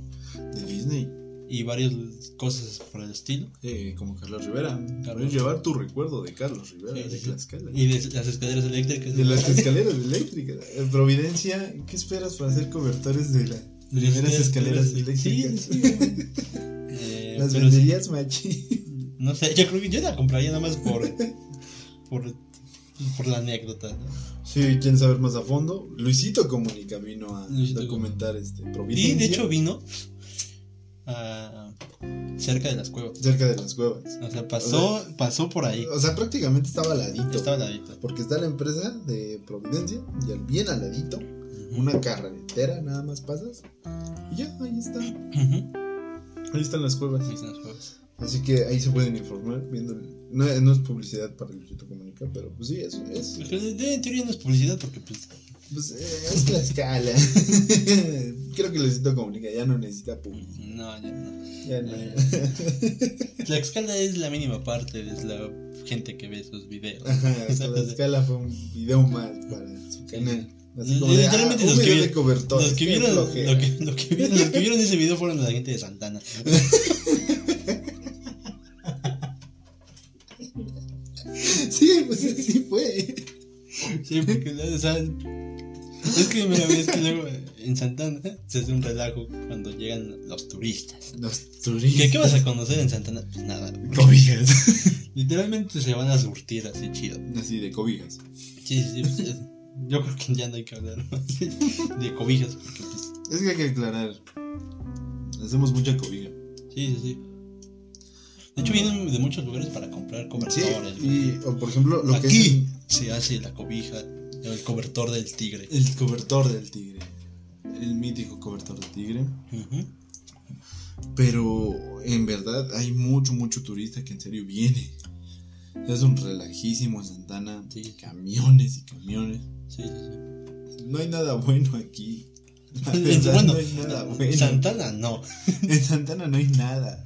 A: De Disney,
B: y varias cosas por el estilo.
A: eh, como Carlos Rivera. Puedes
B: Carlos.
A: llevar tu recuerdo de Carlos Rivera,
B: Sí, sí,
A: de
B: sí.
A: Tlaxcala.
B: Y de las escaleras eléctricas.
A: De las escaleras eléctricas. En Providencia, ¿qué esperas para hacer cobertores de las
B: De
A: primeras escaleras
B: sí,
A: eléctricas?
B: sí, sí. Eh,
A: Las
B: pero sí,
A: venderías, machi.
B: no sé, yo creo que yo la compraría nada más por, por, por la anécdota. ¿no?
A: Sí, quieren saber más a fondo. Luisito Comunica vino a
B: Luisito
A: documentar este Providencia.
B: Y de hecho vino ah, cerca de las cuevas.
A: cerca de las cuevas.
B: O sea, pasó, pasó por ahí.
A: O sea, prácticamente estaba al ladito.
B: Estaba al ladito.
A: Porque está la empresa de Providencia, y al- bien al ladito, una carretera, nada más pasas. Y ya, ahí está.
B: Ujú.
A: Ahí están las cuevas.
B: Ahí están las cuevas.
A: Así que ahí se pueden informar viendo. el- No, no es publicidad para Luisito Comunica, pero pues sí, eso es.
B: Porque de- de- En teoría no es publicidad porque pues,
A: Pues eh, es la escala. Creo que Luisito Comunica ya no necesita publicidad.
B: no, ya no.
A: Ya no.
B: La escala es la mínima parte, es la gente que ve esos videos.
A: Ajá, o sea, la escala fue un video más para su canal. Así como de,
B: Literalmente
A: ah, un
B: los que
A: video
B: vi-
A: de cobertores.
B: Los que,
A: qué
B: vieron, lo
A: flojera.
B: que, lo que vieron, los que vieron ese video fueron la gente de Santana.
A: Sí, pues así fue.
B: Sí, porque, o sea, es que mira, es que luego eh, en Santana se hace un relajo cuando llegan los turistas.
A: Los
B: ¿Qué,
A: turistas.
B: qué vas a conocer en Santana? Pues nada.
A: Cobijas.
B: Literalmente se van a surtir así chido.
A: Así de cobijas.
B: Sí, sí, pues, es- yo creo que ya no hay que hablar más de cobijas. Porque, pues,
A: Es que hay que aclarar. Hacemos mucha cobija.
B: sí, sí, sí. De hecho, vienen de muchos lugares para comprar
A: Sí,
B: cobertores. güey.
A: y o por ejemplo, lo que es
B: Aquí se hace ah, la cobija, el cobertor del tigre.
A: el, el cobertor del tigre. El mítico cobertor del tigre.
B: Ujú.
A: Pero en verdad hay mucho, mucho turista que en serio viene. Es un relajísimo en Santana.
B: Sí.
A: Camiones y camiones.
B: Sí, sí, sí.
A: No hay nada bueno aquí. La verdad,
B: bueno,
A: no hay nada bueno.
B: Santana no.
A: En Santana no hay nada.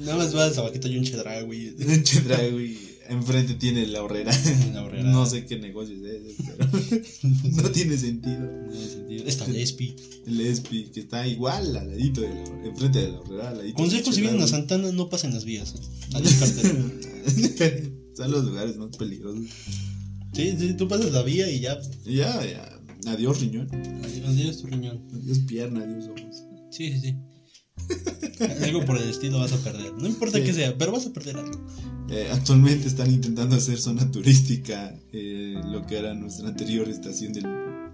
B: Nada más vas a Vaquita y un Chedraui, güey.
A: En Chedraui, enfrente tiene la horrera.
B: En la horrera.
A: No sé qué negocio es ese, pero no tiene sentido.
B: No tiene sentido. Está Lespi.
A: El ESPI, que está igual al ladito de la horrera, enfrente de la horrera, al ladito.
B: Consejo,
A: de
B: si vienen a
A: Chedraui.
B: Santana, no pasen las vías. A los carteles.
A: Son los lugares más peligrosos.
B: Sí, sí, tú pasas la vía y ya.
A: Y Ya, ya. Adiós riñón,
B: Adiós tu riñón.
A: adiós pierna, adiós ojos.
B: Sí, sí, sí. Algo por el estilo vas a perder. No importa
A: Sí.
B: qué sea, pero vas a perder algo.
A: Eh, actualmente están intentando hacer zona turística eh, lo que era nuestra anterior estación del,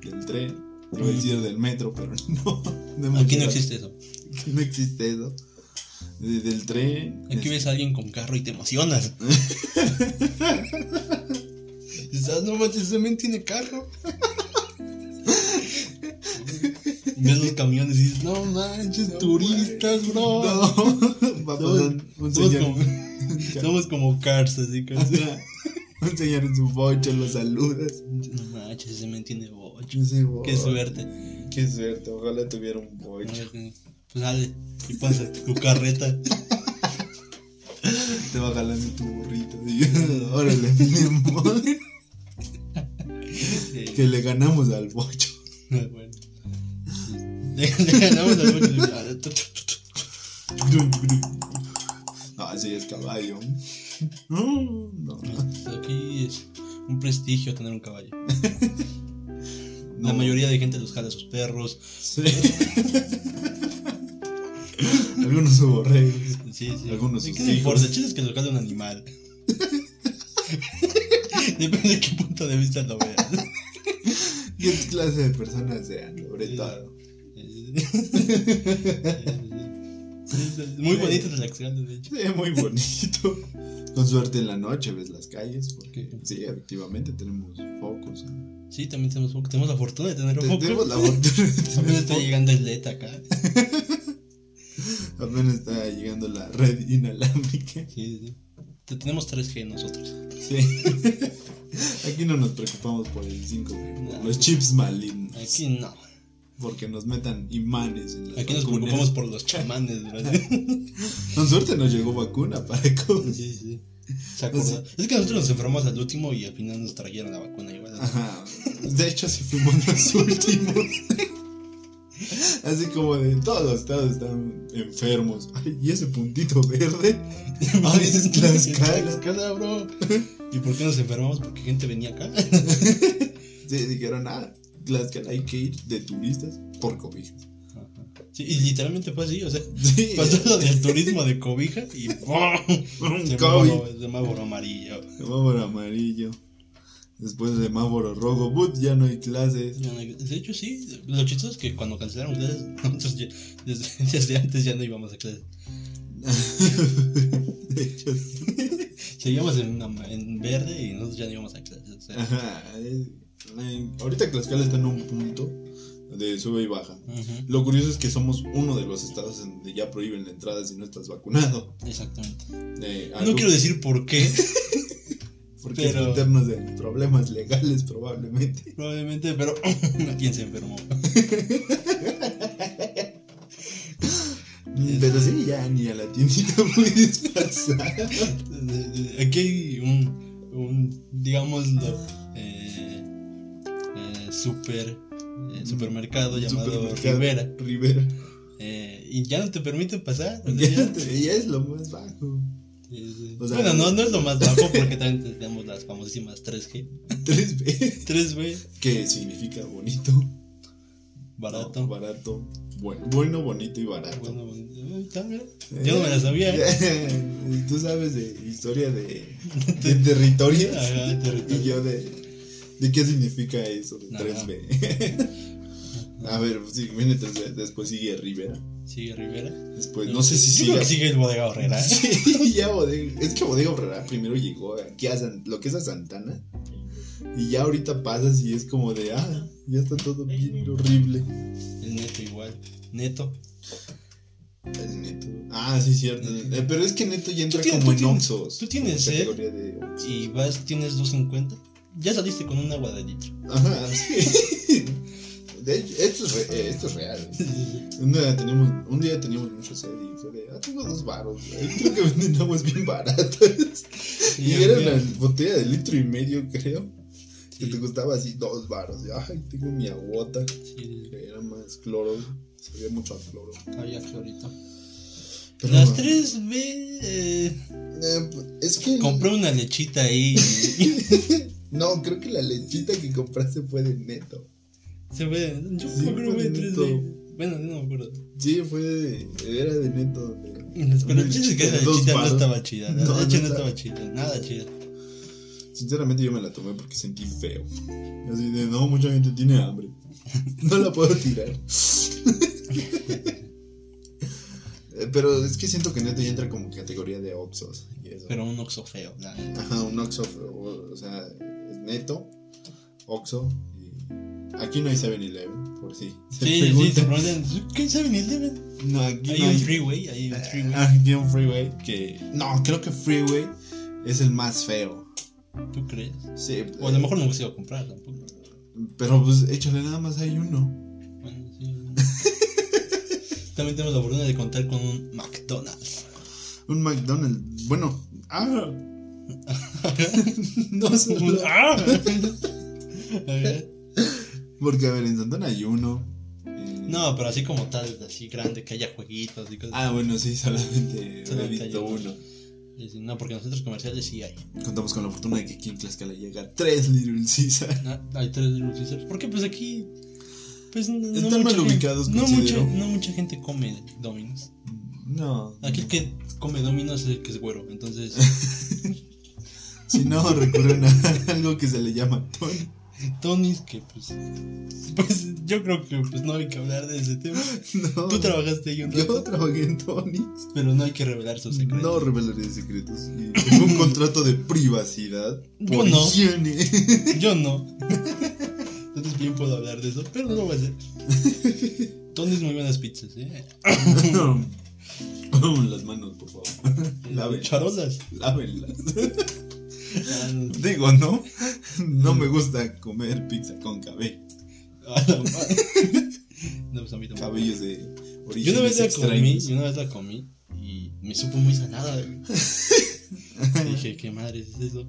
A: del tren. Iba a decir del metro, pero no. no hemos
B: Mm. Aquí no
A: llegado.
B: existe eso.
A: No existe eso. De- del tren.
B: Aquí ves a alguien con carro y te emocionas. Dices, "Ah, no manches, ese men tiene carro. ves los camiones y dices, no manches,
A: No,
B: turistas,
A: güey.
B: bro.
A: No. Va a
B: Somos-
A: pasar un
B: somos,
A: señor.
B: como, somos como cars, así que.
A: Ajá. Un señor en su bocho lo saludas.
B: No manches, ese men tiene bocho.
A: Ese bo-
B: Qué suerte.
A: Qué suerte, ojalá tuviera un bocho.
B: Pues dale, y pasa tu carreta.
A: Te va jalando tu burrito. Y yo, Órale, mi madre.
B: Eh,
A: Que le ganamos al bocho.
B: Ah, bueno. Le le ganamos al bocho. Ah, tu, tu, tu, tu.
A: No, ese ya es caballo. No, no.
B: Aquí es un prestigio tener un caballo. La
A: No.
B: mayoría de gente los jala a sus perros.
A: Sí. Algunos son borregos.
B: Sí, sí.
A: Algunos
B: ¿De
A: sus
B: qué le importa?
A: hijos.
B: El chiste es que lo jala un animal. Depende de qué punto de vista lo veas.
A: ¿Qué clase de personas sean? Sobre todo.
B: Muy bonito las acciones, de hecho.
A: Sí, muy bonito. Con suerte en la noche ves las calles. Porque sí, efectivamente tenemos focos.
B: Sí, también tenemos foco. Tenemos la fortuna de tener un
A: Tenemos
B: foco.
A: la fortuna de
B: También
A: tener
B: está
A: focos.
B: llegando el LED acá.
A: Apenas está llegando la red inalámbrica.
B: Sí, sí. Te- Tenemos 3G nosotros.
A: Sí. Aquí no nos preocupamos por el 5G. por
B: No.
A: Los chips malignos.
B: Aquí no.
A: Porque nos metan imanes en las
B: Aquí nos
A: vacunas.
B: preocupamos por los chamanes, ¿verdad?
A: Con suerte nos llegó vacuna para el COVID.
B: Sí, sí. ¿Se acuerdan?
A: Pues
B: Es que nosotros nos enfermamos al último y al final nos trajeron la vacuna igual.
A: Ajá. De hecho, sí fuimos los últimos. Así como de todos los estados están enfermos. Ay, y ese puntito verde. Ay, es Tlaxcala.
B: Tlaxcala, bro. ¿Y por qué nos enfermamos? Porque gente venía acá.
A: Sí, dijeron, ah, Tlaxcala hay que ir de turistas por cobijas.
B: Sí, y literalmente fue así, o sea,
A: Sí,
B: pasó lo del turismo de cobijas y ¡pum!
A: un COVID.
B: semáforo, semáforo amarillo.
A: Semáforo amarillo. Después semáforo rojo. But, ya no hay clases.
B: De hecho, sí, lo chistoso es que cuando cancelaron clases, nosotros ya- desde, desde antes ya no íbamos a clases.
A: De hecho, sí.
B: Seguíamos en, una- en verde y nosotros ya no íbamos a clases. o sea.
A: Ajá, es- eh, Ahorita Tlaxcala está en un punto de sube y baja.
B: Ujú,
A: Lo curioso es que somos uno de los estados en donde ya prohíben la entrada si no estás vacunado.
B: Exactamente.
A: Eh,
B: No
A: algo-
B: quiero decir por qué,
A: porque
B: pero-
A: es meternos en problemas legales probablemente.
B: probablemente, pero ¿quién se enfermó?
A: Pero sí, ya ni a la tiendita muy disfrazada.
B: Aquí hay un, un digámoslo, eh, eh, super, eh, supermercado llamado
A: Supermercado.
B: Rivera.
A: Rivera.
B: eh, y ya no te permiten pasar. o sea,
A: Ya,
B: ya-
A: te- ya es lo más bajo.
B: Sí, sí.
A: O sea,
B: bueno, no, no es lo más bajo porque también tenemos las famosísimas 3G.
A: 3B.
B: 3B,
A: Que significa bonito.
B: barato.
A: No, barato. Bueno, bueno, bonito y barato.
B: bueno, bueno, eh, tal vez. Yo no me la sabía. ¿eh?
A: ¿Y tú sabes de historia de, de territorios?
B: Ajá, territorio.
A: Y yo de, de qué significa eso de
B: Ajá.
A: 3B. A ver, sí, viene 3B, después sigue Rivera.
B: Sigue Rivera.
A: Después, no sé si
B: Yo creo
A: sigue.
B: que sigue ¿eh? el bodega horrera.
A: Sí, ya Bodega- Es que Bodega Obrera primero llegó aquí a San- lo que es a Santana. Y ya ahorita pasas y es como de, ah, ya está todo bien horrible.
B: El neto igual. Neto.
A: El Neto. Ah, sí, cierto. Eh, pero es que Neto ya entra
B: Tú tienes-
A: como
B: tú
A: en
B: tienes-
A: Oxxos.
B: tú tienes
A: como
B: sed.
A: categoría de Oxxos.
B: Y vas, tienes 250. Ya saliste con un agua de litro.
A: Ajá, sí. De hecho, esto es, re- eh, esto es real. eh. Un día teníamos, un día teníamos mucho sed y fue de, ah, tengo dos varos. eh, Creo que venden aguas bien baratas. Y
B: yo-
A: era una
B: yo-
A: botella de litro y medio, creo. Que
B: sí,
A: te costaba así dos varos. Y, Ay, tengo mi agota.
B: sí,
A: Que era más cloro. Sabía mucho a cloro.
B: había clorito.
A: Pero,
B: Las 3B. eh,
A: eh, es que.
B: compré una lechita ahí. y-
A: No, creo que la lechita que compraste fue de neto.
B: se fue. Yo
A: Sí,
B: creo
A: fue
B: que fue
A: neto.
B: 3B. Bueno, no me acuerdo.
A: Sí, fue de. Era de neto. donde-
B: Pero el chiste es que
A: De
B: la
A: dos
B: lechita no
A: varos.
B: estaba chida. La
A: No, no
B: leche no
A: estaba.
B: estaba chida. Nada chida.
A: Sinceramente yo me la tomé porque sentí feo. Así de, no, mucha gente tiene hambre. No la puedo tirar. Eh, Pero es que siento que Neto ya entra como categoría de Oxos. Y eso.
B: Pero un oxo feo. la neta.
A: Ajá, un Oxo, o, o sea, es Neto, Oxo. Y... Aquí no hay 7-Eleven, por si. se
B: Sí, sí,
A: preguntan.
B: se preguntan. ¿Qué es 7-Eleven?
A: No, aquí
B: Hay
A: no
B: un
A: hay
B: freeway. Hay
A: Ah,
B: un freeway.
A: Aquí un freeway que. No, creo que freeway es el más feo.
B: ¿Tú crees?
A: Sí,
B: O a lo mejor nunca se iba a comprar tampoco.
A: pero pues échale nada más hay uno.
B: Bueno, sí. no. También tenemos la oportunidad de contar con un McDonald's.
A: Un McDonald's. Bueno, ah,
B: no es un. ¡Ah! A ver.
A: porque a ver, en Santana hay uno. eh,
B: No, pero así como tal, así grande, que haya jueguitos y cosas.
A: Ah, bueno, sí, solamente he
B: Solamente
A: visto
B: hay
A: uno.
B: uno. Y si No, porque en los centros comerciales sí hay.
A: Contamos con la fortuna de que aquí en Tlaxcala llega tres Little Caesar.
B: Ah, Hay tres de los Caesars. Porque pues aquí. Pues no, no
A: Están mal
B: mucha gente-
A: ubicados,
B: no mucha,
A: considero.
B: no mucha gente come Dominos.
A: No.
B: Aquí el que come Dominos es el que es güero. Entonces,
A: Si no, recurren a algo que se le llama Tony.
B: Tonis, que pues. Pues yo creo que pues no hay que hablar de ese tema.
A: No.
B: Tú trabajaste ahí un
A: Yo
B: rato,
A: trabajé en Tony.
B: pero no hay que revelar sus secretos.
A: No revelaré secretos. Y Tengo un contrato de privacidad.
B: Yo
A: Por
B: no.
A: higiene.
B: Yo no. Entonces bien puedo hablar de eso, pero no lo voy a hacer. Tony's muy buenas pizzas, eh.
A: Las manos, por favor. Lave.
B: Charolas.
A: Lávenlas.
B: Ah, no.
A: Digo, ¿no? No me gusta comer pizza con cabello.
B: Ah, la madre. No, pues a mí tampoco.
A: Cabellos de
B: Yo una
A: orígenes
B: vez la comí,
A: extraños.
B: yo una vez la comí y me supo muy salada, güey. Dije, ¿qué madre es eso?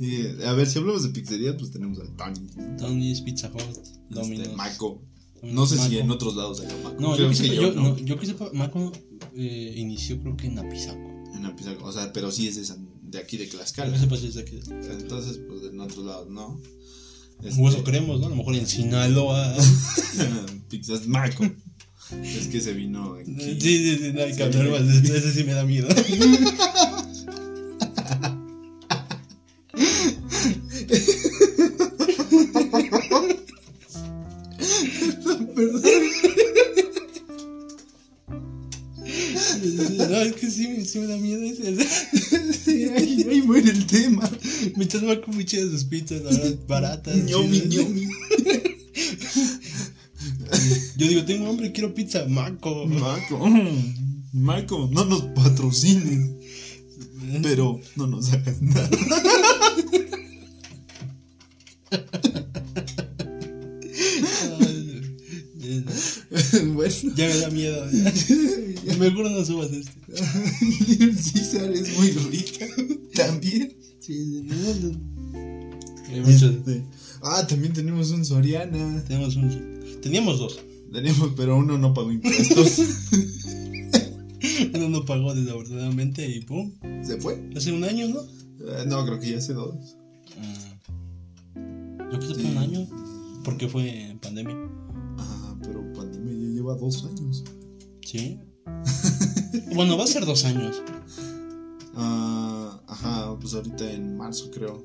A: Y, a ver, si hablamos de pizzería, pues tenemos al Tony.
B: Tony's, Pizza Hut, Domino's.
A: Este, Maco.
B: Domino's,
A: No sé si
B: Maco.
A: en otros lados hay Maco.
B: No, yo
A: Creo
B: que, sepa, yo,
A: no.
B: no, yo que sepa, Maco eh, inició creo que en Apizaco.
A: En Apizaco, O sea, pero sí es de, San- de aquí de
B: Yo
A: Tlaxcala.
B: que sepa si es de aquí.
A: Entonces, pues en otros lados, ¿no? Este,
B: Hueso creemos, ¿no? A lo mejor en Sinaloa.
A: Pizzas Maco. es que se vino aquí.
B: Sí, sí, sí, no hay
A: Sí.
B: que hablar más. de esto, Ese sí me da miedo.
A: Perdón.
B: No, es que sí, sí me da miedo ese. ese.
A: Sí, ahí, ahí muere el tema.
B: Me echas mal con muchas de sus pizzas, la verdad, baratas.
A: ñomi,
B: chidas.
A: ñomi.
B: Yo digo, tengo hambre, quiero pizza, maco.
A: Maco. mm, Maco, no nos patrocinen, pero no nos hagas nada.
B: Ay, eh,
A: bueno.
B: Ya me da miedo. ya. Mejor no subas este.
A: Little Caesar es muy rica también.
B: Sí, Eh,
A: Este, ah, también tenemos un Soriana.
B: Tenemos un. Teníamos dos.
A: Tenemos, pero uno no pagó impuestos.
B: Uno no pagó desafortunadamente y pum.
A: ¿Se fue?
B: Hace un año, ¿no?
A: Eh, no, creo que ya hace dos.
B: Yo que sé
A: Ah. Sí.
B: un año. Porque fue pandemia.
A: Ah, pero pandemia ya lleva dos años.
B: Sí. bueno, va a ser dos años.
A: Ah, ajá, pues ahorita en marzo creo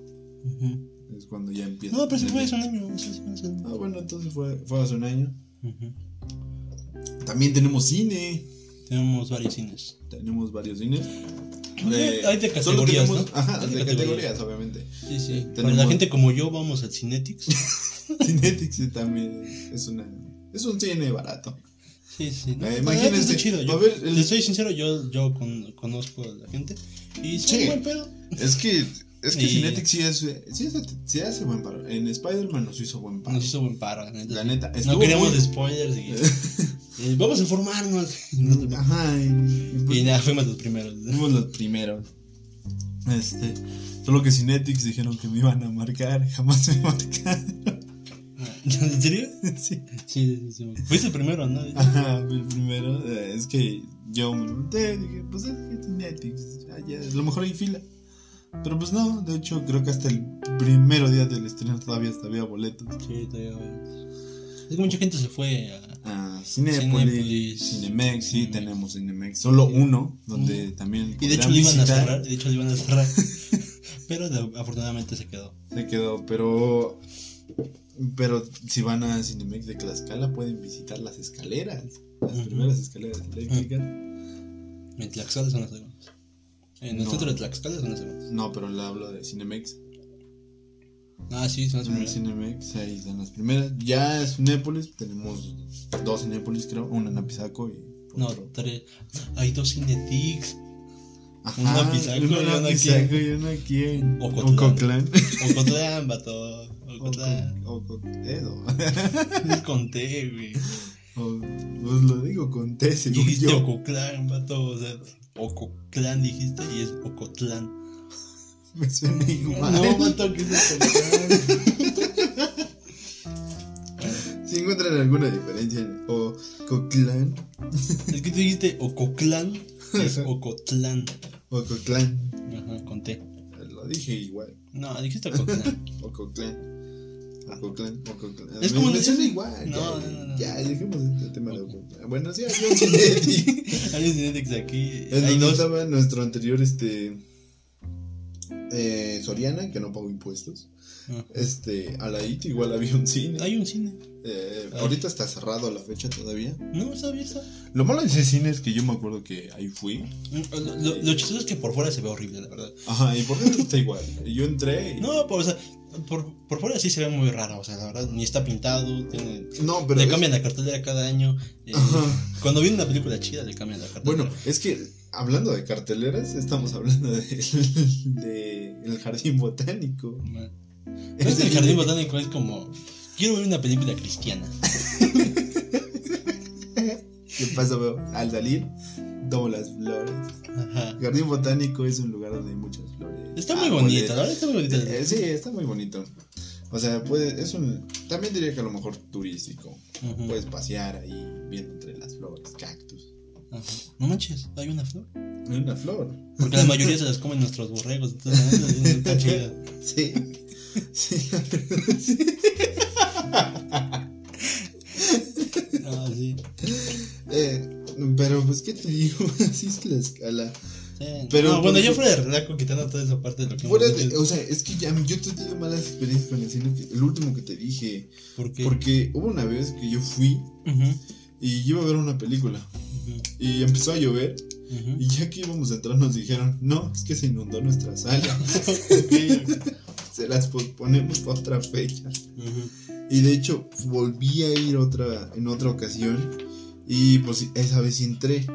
A: es cuando ya empieza.
B: No, pero sí fue hace un año. sí, sí fue hace un año.
A: Ah, bueno, entonces fue, fue hace un año.
B: Ujú.
A: También tenemos cine.
B: Tenemos varios cines.
A: Tenemos varios cines. Eh,
B: Hay de
A: Solo
B: categorías,
A: tenemos,
B: ¿no?
A: ajá,
B: Hay
A: de categorías, obviamente.
B: Sí, sí.
A: Eh,
B: Para la
A: tenemos-
B: gente como yo, vamos al Cinetics.
A: Cinetics también es una es un cine barato.
B: Sí, sí. Ah, No,
A: Eh,
B: la verdad está
A: imagínense,
B: chido.
A: a
B: Yo,
A: ver, el-
B: Te soy sincero, yo, yo con- conozco a la gente. Y sí,
A: Sí.
B: buen pedo.
A: Es que es que
B: Y-
A: Cinetics sí es sí, es- sí hace buen paro. En Spider-Man nos hizo buen paro.
B: Nos hizo buen paro. la neta,
A: Ah. La
B: sí.
A: neta, estuvo
B: no queremos
A: muy-
B: spoilers. y- y vamos a informarnos. y
A: Ajá, y, y pues,
B: nada, fuimos los primeros.
A: fuimos los primeros. Este, solo que Cinetics dijeron que me iban a marcar, jamás me marcaron.
B: ¿En serio?
A: Sí.
B: Sí, sí, sí. Fuiste el primero, ¿no?
A: Ajá, fui el primero eh, es que yo me levanté, dije, pues es que Cinetics, allá, a lo mejor hay fila. Pero pues no, de hecho creo que hasta el primero día del estreno todavía había boletos.
B: Sí, todavía va. Es que mucha gente se fue a.
A: Ah, Cinépolis,
B: Cinépolis.
A: Cinemex, sí,
B: Cinemex.
A: tenemos Cinemex, solo uno, donde también
B: Y de hecho
A: podrán
B: le iban a
A: visitar.
B: cerrar, y de hecho le iban a cerrar. Pero de- afortunadamente se quedó.
A: Se quedó, pero pero si van a Cinemex de Tlaxcala pueden visitar las escaleras, las
B: Ujú.
A: primeras escaleras eléctricas.
B: En Tlaxcala son las segundas. En el
A: No.
B: centro de Tlaxcala son las segundas.
A: No, pero le hablo de Cinemex.
B: Ah, sí, son las
A: En el
B: primeras.
A: Cinemex ahí están las primeras. Ya es Cinépolis, tenemos dos Cinépolis creo, una en Apizaco y
B: No,
A: otro.
B: tres. Hay dos Cinetics. Un Apizaco y
A: Un
B: uno aquí.
A: Apizaco y uno aquí en
B: Ocotlán.
A: Ocotlán.
B: Ocotlán, vato. Ocotlán.
A: Ocotlán. Edo.
B: Conté, güey.
A: O- Pues lo digo con T, según
B: Dijiste
A: yo.
B: Ocotlán, vato. O sea, Ocotlán dijiste y es Ocotlán.
A: Me suena igual.
B: No, vato, que es Ocotlán.
A: Si encuentran alguna diferencia en Ocotlán,
B: es que tú dijiste Ocotlán y es Ocotlán.
A: Ocotlán,
B: Ajá, conté.
A: lo dije igual.
B: No, dijiste Ocotlán.
A: Ocotlán, Ocotlán, Ocotlán.
B: Ah. Es
A: Me-
B: como
A: me
B: decir-
A: suena igual.
B: No,
A: ya,
B: no, no, no.
A: Ya, dejemos este tema de Ocotlán. Bueno, sí, había un Cinetic.
B: Hay un Cinetex aquí.
A: En
B: Hay
A: donde
B: dos.
A: estaba nuestro anterior, este. eh, Soriana, que no pagó impuestos.
B: Ah.
A: Este, a la IT igual había un cine.
B: Hay un cine.
A: Eh,
B: Ay.
A: ahorita está cerrado a la fecha todavía.
B: No, sabía eso.
A: Lo malo de ese cine es que yo me acuerdo que ahí fui.
B: Lo, lo- lo chistoso es que por fuera se ve horrible, la verdad.
A: Ajá, y por dentro está igual. Y Yo entré. y-
B: No, por, o sea, por, por fuera sí se ve muy raro, o sea, la verdad, ni está pintado, tiene-
A: No,
B: le
A: es-
B: cambian la cartelera cada año. eh,
A: Ajá.
B: cuando viene una película chida, le cambian la cartelera.
A: Bueno, es que hablando de carteleras, estamos hablando de, de el jardín botánico.
B: Ma- Pero es que el jardín botánico es como. Quiero ver una película cristiana.
A: ¿Qué pasa, veo? Al salir, tomo las flores.
B: Ajá.
A: El jardín botánico es un lugar donde hay muchas flores.
B: Está muy
A: árboles.
B: bonita, la verdad está muy bonita.
A: Eh, sí, está muy bonito. O sea, puede, es un. También diría que a lo mejor turístico.
B: Ujú,
A: Puedes pasear ahí, viendo entre las flores, cactus.
B: ajá. No manches, hay una flor.
A: Hay una flor.
B: Porque la mayoría se las comen nuestros borregos, entonces la neta, está chida.
A: Sí. Sí.
B: Ah, sí.
A: Eh, pero pues, ¿qué te digo? Así es la escala.
B: Sí.
A: Pero,
B: No,
A: por
B: bueno, ya
A: ejemplo-
B: fuera de relajo, quitando toda esa parte de lo que
A: Fuera
B: hemos
A: de-
B: dicho,
A: o sea, es que ya yo he tenido malas experiencias con el cine. que- El último que te dije.
B: porque-
A: Porque hubo una vez que yo fui
B: Ujú,
A: y iba a ver una película.
B: ujú,
A: Y empezó a llover.
B: ujú.
A: Y ya que íbamos a entrar, nos dijeron: No, es que se inundó nuestra sala.
B: Ok,
A: se las posponemos para otra fecha.
B: ujú.
A: Y de hecho, volví a ir otra, en otra ocasión. Y pues esa vez sí entré.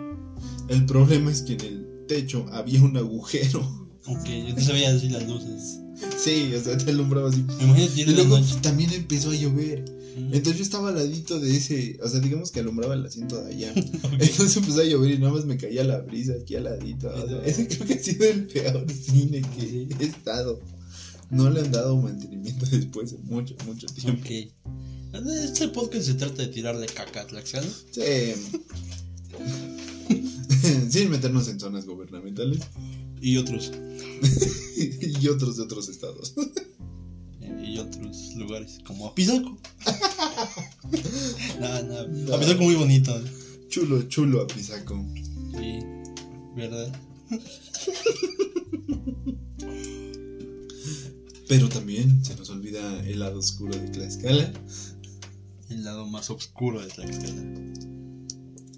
A: El problema es que en el techo había un agujero.
B: Ok, entonces veía así las luces.
A: Sí, o sea, te alumbraba así.
B: Imagínate
A: Y
B: ir en la
A: luego
B: noche.
A: también empezó a llover.
B: Mm,
A: Entonces yo estaba al ladito de ese. O sea, digamos que alumbraba el asiento de allá.
B: ok.
A: Entonces empezó a llover y nada más me caía la brisa aquí al ladito. O sea, ese creo que ha sido el peor cine que he estado. No le han dado mantenimiento después de mucho, mucho tiempo.
B: Ok. Este podcast se trata de tirarle caca a Tlaxcala.
A: Sí. Sin meternos en zonas gubernamentales
B: Y otros.
A: y otros de otros estados.
B: eh, Y otros lugares. Como Apizaco. no, no.
A: No.
B: Apizaco muy bonito.
A: Chulo, chulo, Apizaco.
B: Sí. ¿Verdad?
A: Pero también se nos olvida el lado oscuro de Tlaxcala,
B: El lado más oscuro de Tlaxcala.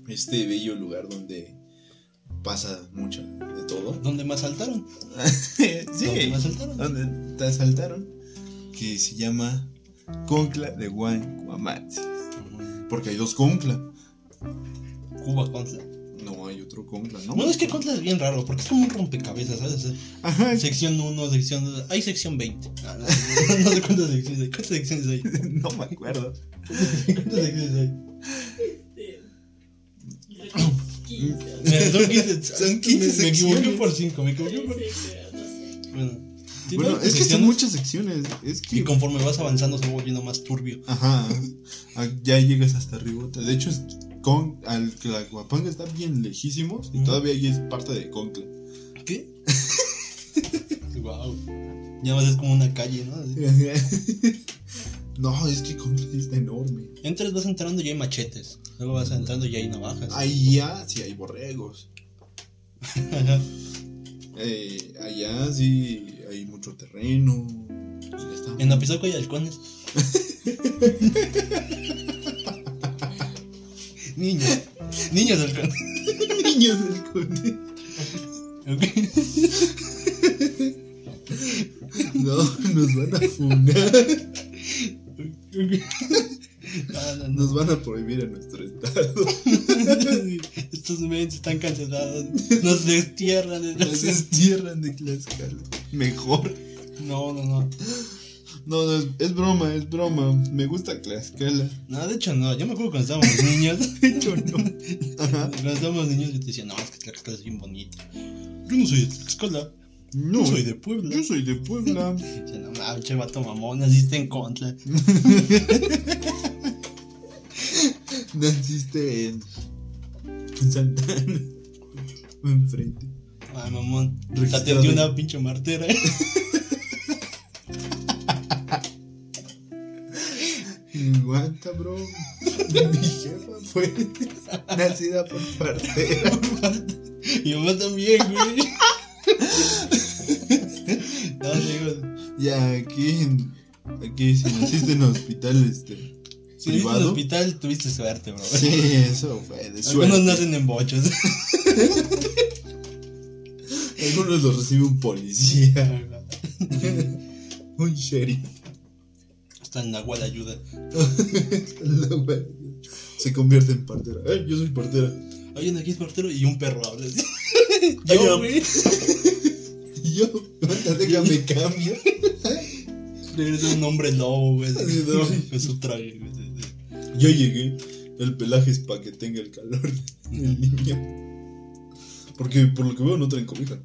A: este bello lugar donde pasa mucha de todo.
B: ¿Dónde más saltaron? ¿Dónde
A: sí,
B: más saltaron?
A: donde te asaltaron, que se llama Concla de Guancuamatzi. Porque hay dos Concla,
B: Cuba Contra.
A: no hay otro Concla, ¿no?
B: Bueno, es que Contra es bien raro porque es como un rompecabezas, ¿sabes? O sea,
A: Ajá,
B: Sección 1, sección 2. Hay sección 20. Ah, no, no, no sé cuántas secciones hay. ¿Cuántas secciones hay?
A: no me acuerdo.
B: ¿Cuántas secciones hay? Mira,
A: Mira,
B: Son 15.
A: Son 15
B: me, me equivoqué
A: secciones.
B: por 5. Me equivoqué por. Bueno, sí,
A: Bueno,
B: ¿no?
A: es que son
B: Secciones.
A: muchas secciones. Es que.
B: Y conforme vas avanzando, se va volviendo más turbio.
A: Ajá. Ah, Ya llegas hasta arriba. De hecho, es con al Tlacuapanga está bien lejísimos. Y
B: Ujú.
A: todavía ahí es parte de Concla.
B: ¿Qué? wow. Ya más es como una calle, ¿no? Así.
A: no, es que Concla está enorme.
B: Entras, vas entrando y hay machetes. Luego vas entrando y hay navajas.
A: Allá sí hay borregos.
B: Ajá.
A: Eh, allá sí hay mucho terreno. Y está-
B: en Apizaco hay halcones. Niños. Niños halcones.
A: Niños del conde.
B: Ok.
A: No, nos van a funar.
B: Ok. Ah, no, no.
A: Nos van a prohibir en nuestro estado.
B: Esto estos mens están cancelados, nos destierran. de
A: Nos
B: Tlaxcala".
A: destierran de Tlaxcala. Mejor.
B: No, no, no.
A: No, no, es, es broma, es broma. Me gusta Tlaxcala.
B: No, de hecho no. Yo me acuerdo cuando estábamos niños.
A: De hecho, no. Ajá.
B: cuando estábamos niños yo te decía, no, es que Tlaxcala es bien bonito. Yo no soy de Tlaxcala,
A: No,
B: no soy de Puebla.
A: yo soy de Puebla.
B: Dice, no mames, che vato mamón, naciste en contra.
A: Naciste en. En Santana. Enfrente.
B: Ay, Ah, mamón, te
A: Registrado.
B: atendió una pinche martera.
A: Aguanta, bro. Mi jefa fue nacida por partera.
B: y mamá también, güey. no, digo,
A: Ya, aquí. en- Aquí, si naciste en hospital, este.
B: si viste el
A: ¿Privado?
B: hospital, tuviste suerte, bro.
A: Sí, eso fue de suerte.
B: Algunos
A: Algunos,
B: nacen en bochos.
A: los recibe un policía. Un sheriff.
B: Hasta en Nahual ayuda.
A: La wea. Se convierte en partera. Eh, yo soy partera.
B: Oye, aquí es portero y un perro habla.
A: Ay,
B: Yo,
A: am-
B: güey.
A: Y yo, ahorita déjame cambio.
B: Regresó un hombre lobo, güey.
A: Así, ¿no?
B: Con su traje, güey. sí, sí.
A: Yo llegué. El pelaje es para que tenga el calor del niño. Porque por lo que veo no traen cobija.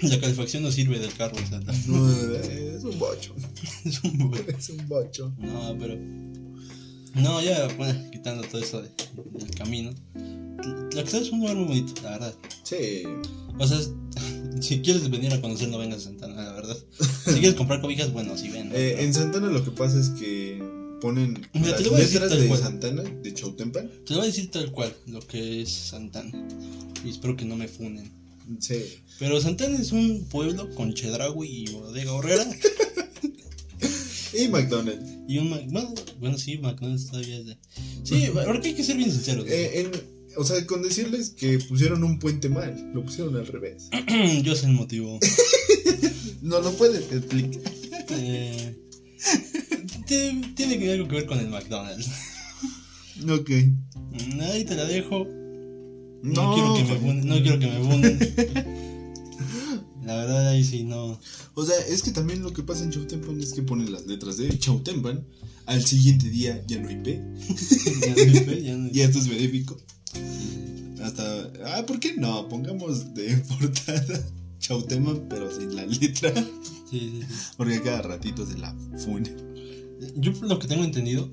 B: La calefacción no sirve del carro, o sea, no.
A: No, eh, es un bocho.
B: es un buen-
A: Es un bocho.
B: No, pero. No, ya, bueno, quitando todo eso de- del camino. Tlaxcala es un lugar muy bonito, la verdad.
A: Sí.
B: O sea, es- si quieres venir a conocer, no vengas a Santana, la verdad. Si quieres comprar cobijas, bueno, sí ven. ¿no?
A: Eh, en Santana lo que pasa es que ponen
B: Mira,
A: las
B: te lo voy a decir
A: letras
B: tal
A: de
B: cual.
A: Santana, de Chautempan.
B: Te voy a decir tal cual lo que es Santana. Y espero que no me funen.
A: Sí.
B: Pero Santana es un pueblo con Chedragui y Bodega Horrera.
A: Y McDonald's.
B: Y un Mac- bueno, bueno, sí, McDonald's todavía es de. Sí, porque hay que ser bien sinceros. ¿no?
A: Eh, en- o sea, con decirles que pusieron un puente mal, lo pusieron al revés.
B: Mm, Yo sé el motivo.
A: No lo puedes explicar.
B: Eh, te- tiene que algo que ver con el McDonald's.
A: Ok.
B: Ahí te la dejo. No, quiero que me funen. No quiero que me funen. La verdad, ahí sí, no.
A: O sea, es que también lo que pasa en Chautempan es que ponen las letras de Chautempan. Al siguiente día ya no hay P.
B: Ya no hay fe, ya no hay-
A: Ya esto es benéfico. Hasta. Ah, ¿por qué no? Pongamos de portada Chautempan, pero sin la letra.
B: Sí, sí, sí.
A: Porque a cada ratito se la funa.
B: Yo por lo que tengo entendido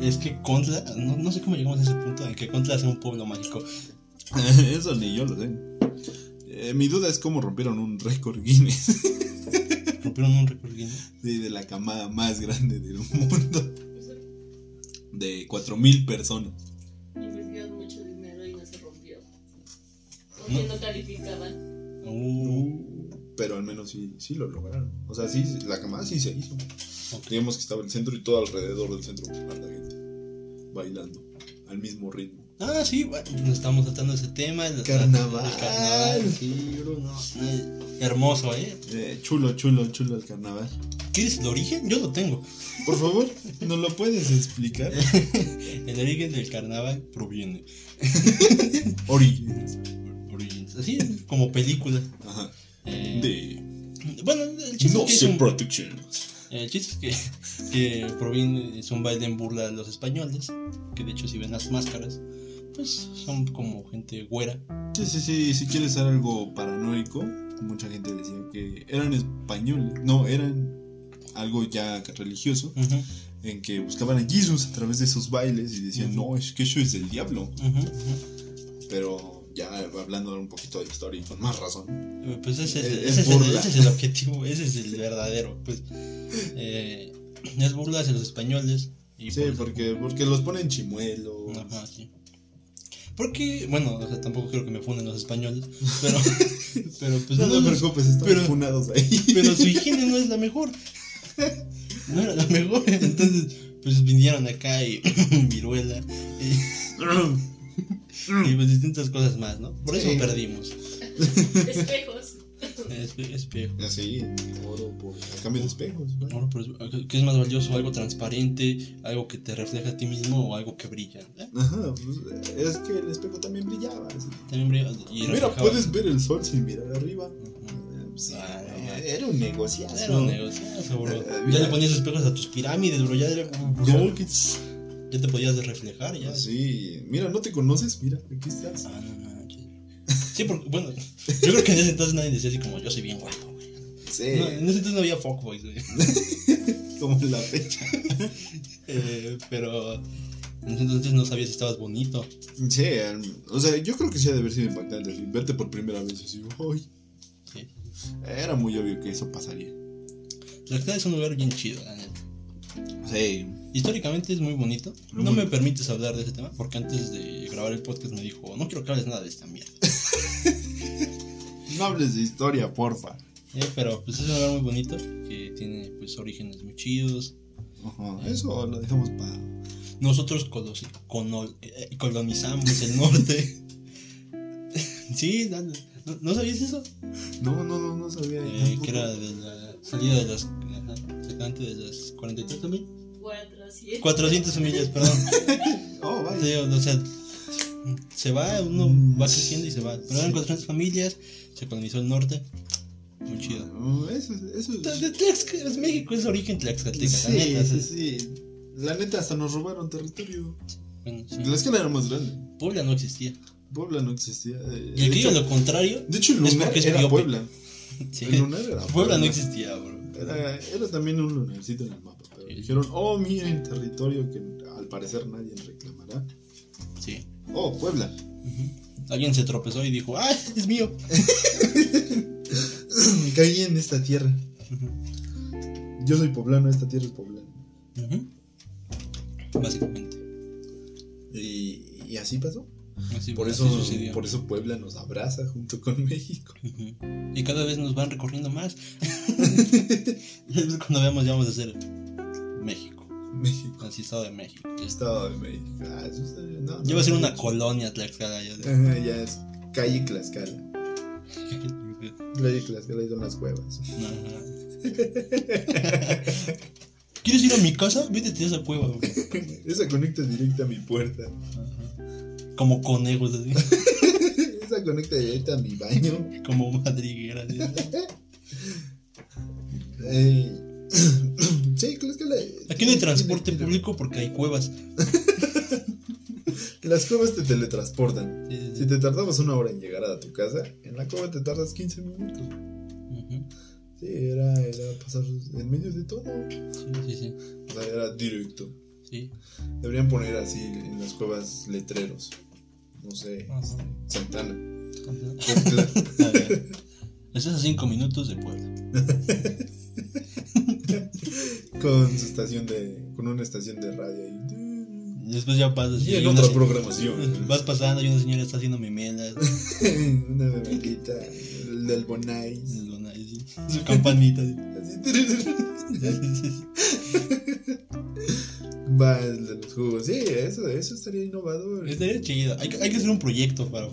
B: es que Contra, no, no sé cómo llegamos a ese punto en que Contra sea un pueblo mágico.
A: Eso ni yo lo sé. Eh, mi duda es cómo rompieron un récord Guinness
B: Rompieron un récord Guinness.
A: sí, de la camada más grande del mundo. De 4.000 personas.
C: Invirtieron mucho dinero y no se rompió. Porque no calificaban.
B: Uh,
A: Pero al menos sí, sí lo lograron. O sea, sí, la camada sí se hizo.
B: ok.
A: Digamos que estaba el centro y todo alrededor del centro. pues, la gente bailando al mismo ritmo.
B: Ah, sí, bueno, nos estamos tratando ese tema. El
A: Carnaval.
B: El carnaval, sí, bro, no, no, Hermoso, ¿eh?
A: Eh, chulo, chulo, chulo el carnaval.
B: ¿Quieres el origen? Yo lo tengo.
A: Por favor, ¿nos lo puedes explicar?
B: El origen del carnaval proviene.
A: Orígenes.
B: Origins. Así es, como película.
A: Ajá.
B: Eh,
A: De
B: Bueno, el chiste,
A: No
B: es,
A: se
B: que es un-
A: Productions.
B: el chiste es que, que proviene, es un baile en burla de los españoles. Que de hecho, si ven las máscaras, pues son como gente güera.
A: Sí, sí, sí, si quieres ser algo paranoico, mucha gente decía que eran españoles, no, eran algo ya religioso,
B: Ujú,
A: en que buscaban a Jesús a través de esos bailes y decían,
B: Ujú.
A: no, es que eso es del diablo,
B: ujú, ujú.
A: pero ya hablando un poquito de historia y con más razón.
B: Eh, Pues ese es,
A: Es-
B: ese
A: es
B: es el,
A: burla.
B: ese es el objetivo, ese es el verdadero. Pues eh, es burla hacia los españoles. Y
A: Sí,
B: por-
A: porque, porque los ponen chimuelos.
B: Ajá, sí. Porque, bueno, o sea, tampoco creo que me funen los españoles, pero, pero pues
A: no,
B: no,
A: te preocupes, están
B: pero-
A: funados ahí.
B: pero su higiene no es la mejor. No era la mejor, entonces pues vinieron acá y viruela y, y, pues distintas cosas más, ¿no? Por eso
A: Sí.
B: perdimos.
C: Espejos.
B: Es, este espejo.
A: Así, oro por, a cambio de espejos. güey.
B: Oro, pero es- eh, ¿Qué es más valioso? ¿Algo transparente? ¿Algo que te refleja a ti mismo o algo que brilla? ¿Eh?
A: Ajá, pues, es que el espejo también brillaba. así.
B: También brilla. Y
A: Mira,
B: reflejaba.
A: puedes ver el sol sin mirar arriba.
B: Ujú.
A: Eh, sí,
B: Ah, no,
A: eh, era un negociazo.
B: Era un negociazo, bro.
A: Eh,
B: ya
A: mira.
B: le ponías espejos a tus pirámides, bro. Ya, era como-
A: No, que tss,
B: ya te podías reflejar, ya.
A: Ah, Sí, mira, no te conoces, mira, aquí estás.
B: Ah, no manches. Sí, porque, bueno, yo creo que en ese entonces nadie decía así como yo soy bien guapo, güey.
A: Sí,
B: No, en ese entonces no había fuckboys, güey.
A: como la fecha.
B: Eh, pero en ese entonces no sabías si estabas bonito.
A: Sí, al- o sea, yo creo que sí ha de haber sido impactante. así, Verte por primera vez así, ¡ay!
B: Sí.
A: Era muy obvio que eso pasaría.
B: Tlaxcala es un lugar bien chido, la neta.
A: Sí,
B: Históricamente es muy bonito.
A: Muy
B: No me
A: bonito.
B: permites hablar de ese tema porque antes de grabar el podcast me dijo, no quiero que hables nada de esta mierda.
A: no hables de historia, porfa.
B: Eh, pero pues es un lugar muy bonito que tiene pues orígenes muy chidos.
A: Ajá, eso lo dejamos para.
B: Nosotros colos- cono- eh, colonizamos el norte. sí, no, no- ¿no sabías eso?
A: No, no, no, no sabía.
B: Eh,
A: tampoco.
B: que era de la salida de las... ajá, Exactamente de las 43 mil.
C: Cuatro, siete.
B: 400 millas, perdón.
A: Oh, vaya.
B: Te digo, o sea, se va, uno va creciendo y se va. Pero eran 400 familias, se colonizó el norte. Muy chido.
A: Mm, Eso, es- eso es-
B: De- de Tlaxca- es México es origen tlaxcalteca,
A: Sí,
B: la neta. o sea,
A: sí, sí. La neta, hasta nos robaron territorio.
B: bueno, sí.
A: La escala era más grande.
B: Puebla no existía.
A: Puebla no existía. eh,
B: Y
A: de,
B: el que diga
A: hecho,
B: lo contrario,
A: de hecho, el
B: es
A: lunar
B: porque es
A: era
B: miope.
A: Puebla.
B: sí,
A: El lunar era
B: Puebla no existía, bro.
A: Era, era también un lunarcito en el mapa. Pero dijeron, oh, miren, territorio que al parecer nadie reclamará.
B: Sí.
A: Oh, Puebla.
B: Ujú. Alguien se tropezó y dijo, ¡ah, es mío!
A: Caí en esta tierra.
B: Ujú.
A: Yo soy poblano, esta tierra es poblana.
B: Ujú. Básicamente.
A: Y, y así pasó.
B: Así-
A: Por
B: pues así
A: eso,
B: sucedió.
A: por eso Puebla nos abraza junto con México.
B: Ujú. Y cada vez nos van recorriendo más. Cuando veamos, ya vamos a hacer México,
A: México.
B: así Estado de México. Ya está.
A: Estado de México. Ah, eso está bien. No,
B: Ya
A: no,
B: va a ser una
A: no.
B: colonia Tlaxcala. ya de-
A: Ajá, ya es calle Tlaxcala. Calle Tlaxcala y son las cuevas.
B: Ajá. ¿Quieres ir a mi casa? Vete a esa cueva. güey.
A: Esa conecta directa a mi puerta.
B: Ajá. Como conejos, así.
A: Esa conecta directa a mi baño.
B: como madrigueras. así.
A: Eh, sí, Tlaxcala.
B: Aquí no hay transporte público porque hay cuevas.
A: Las cuevas te teletransportan.
B: Sí, sí, sí.
A: Si te tardabas una hora en llegar a tu casa, en la cueva te tardas 15 minutos.
B: Ujú.
A: Sí, era, era pasar en medio de todo. O
B: Sí, sí, sí.
A: sea, era directo.
B: Sí.
A: Deberían poner así en las cuevas letreros. No sé,
B: Ajá.
A: este, Santana.
B: Ajá.
A: Cuautla.
B: A ver. Estás a 5 minutos de Puebla.
A: con su estación de. con una estación de radio ahí.
B: Después ya pasas.
A: Y
B: hay
A: en
B: una
A: otra
B: se-
A: programación.
B: Vas pasando y una señora está haciendo memelas.
A: una bebelita. El del Bonais.
B: Su campanita. así.
A: Así. Va el de los jugos. Sí, eso, eso estaría innovador.
B: Estaría chido. Hay, que- hay que hacer un proyecto para.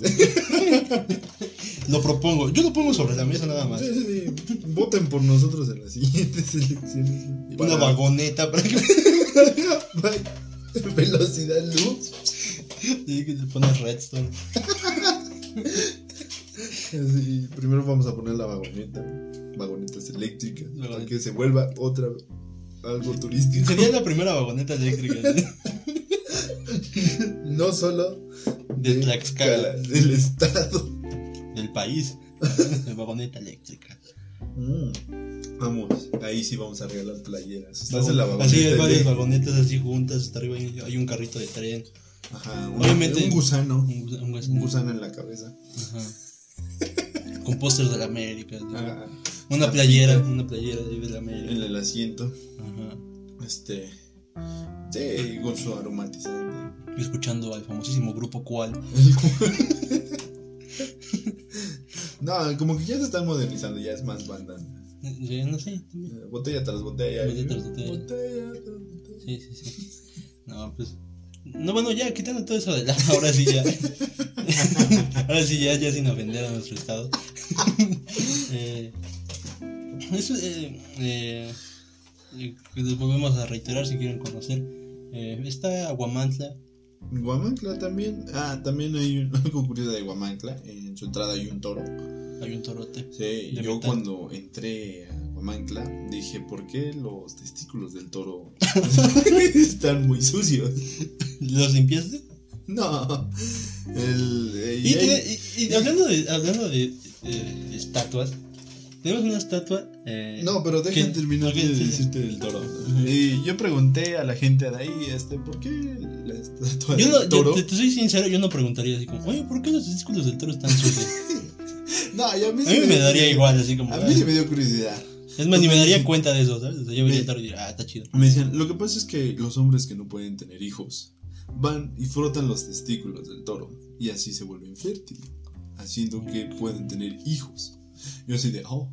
B: lo propongo. Yo lo pongo sobre la mesa nada más.
A: Sí, sí, sí. Voten por nosotros en las siguientes elecciones.
B: Una vagoneta para que,
A: Velocidad luz.
B: sí, que se pone redstone.
A: Así, primero vamos a poner la vagoneta. Vagonetas eléctricas.
B: Vagoneta.
A: Para que se vuelva otra algo turístico.
B: Sería la primera vagoneta eléctrica ¿sí?
A: No solo
B: de Tlaxcala,
A: del estado.
B: del país. La vagoneta eléctrica.
A: Mm. Vamos, ahí sí vamos a regalar playeras. Estás en la vagoneta.
B: así hay varias
A: eléctrica.
B: vagonetas así juntas. Hasta arriba hay, hay un carrito de tren.
A: Ajá, un,
B: Obviamente. Mm.
A: un gusano.
B: Un, gus- un gus-
A: Un gusano en la cabeza.
B: Ajá. Con pósters de la América. ¿sí?
A: Ah,
B: Una playera, una playera de la América.
A: en el asiento.
B: Ajá.
A: Este. Sí, con su aromatizante.
B: Yo escuchando al famosísimo grupo Cual.
A: No, como que ya se están modernizando, ya es más banda.
B: Eh, No sé. también.
A: Eh, Botella tras botella.
B: Botella tras botella.
A: Botella tras botella.
B: Sí, sí, sí. No, pues. No, bueno, ya, quitando todo eso de la. Ahora sí ya. ahora sí ya, ya sin ofender a nuestro estado. Eh, eso, eh, eh, eh, les volvemos a reiterar si quieren conocer. Eh, está Guamantla.
A: Guamantla también. Ah, también hay un- algo curioso de Guamantla. En su entrada hay un toro.
B: Hay un torote.
A: Sí,
B: De
A: yo
B: metal.
A: cuando entré a Guamantla dije, ¿por qué los testículos del toro están muy sucios?
B: ¿Los limpiaste?
A: No. El, eh,
B: Y,
A: y hay-
B: tiene- y- y hablando de, hablando de, eh, de estatuas, tenemos una estatua. eh,
A: No, pero déjame
B: ¿Qué?
A: terminar
B: Ok,
A: de
B: sí, sí.
A: decirte del toro.
B: Ujú.
A: Y yo pregunté a la gente de ahí, este, ¿por qué la estatua
B: Yo, no,
A: del
B: yo
A: toro?
B: te, te soy sincero, yo no preguntaría así como, oye, ¿por qué los testículos del toro están sucios?
A: No, y a mí,
B: A
A: sí
B: mí me
A: dio
B: daría
A: curiosidad.
B: igual, así como.
A: A
B: "Ah".
A: mí sí me dio curiosidad.
B: Es más, ni me daría cuenta de eso, ¿sabes? O sea, yo vería
A: Me-
B: el toro y diría, ah, está chido.
A: Me decían, lo que pasa es que los hombres que no pueden tener hijos van y frotan los testículos del toro y así se vuelven fértiles, haciendo que pueden tener hijos. Yo así de, oh,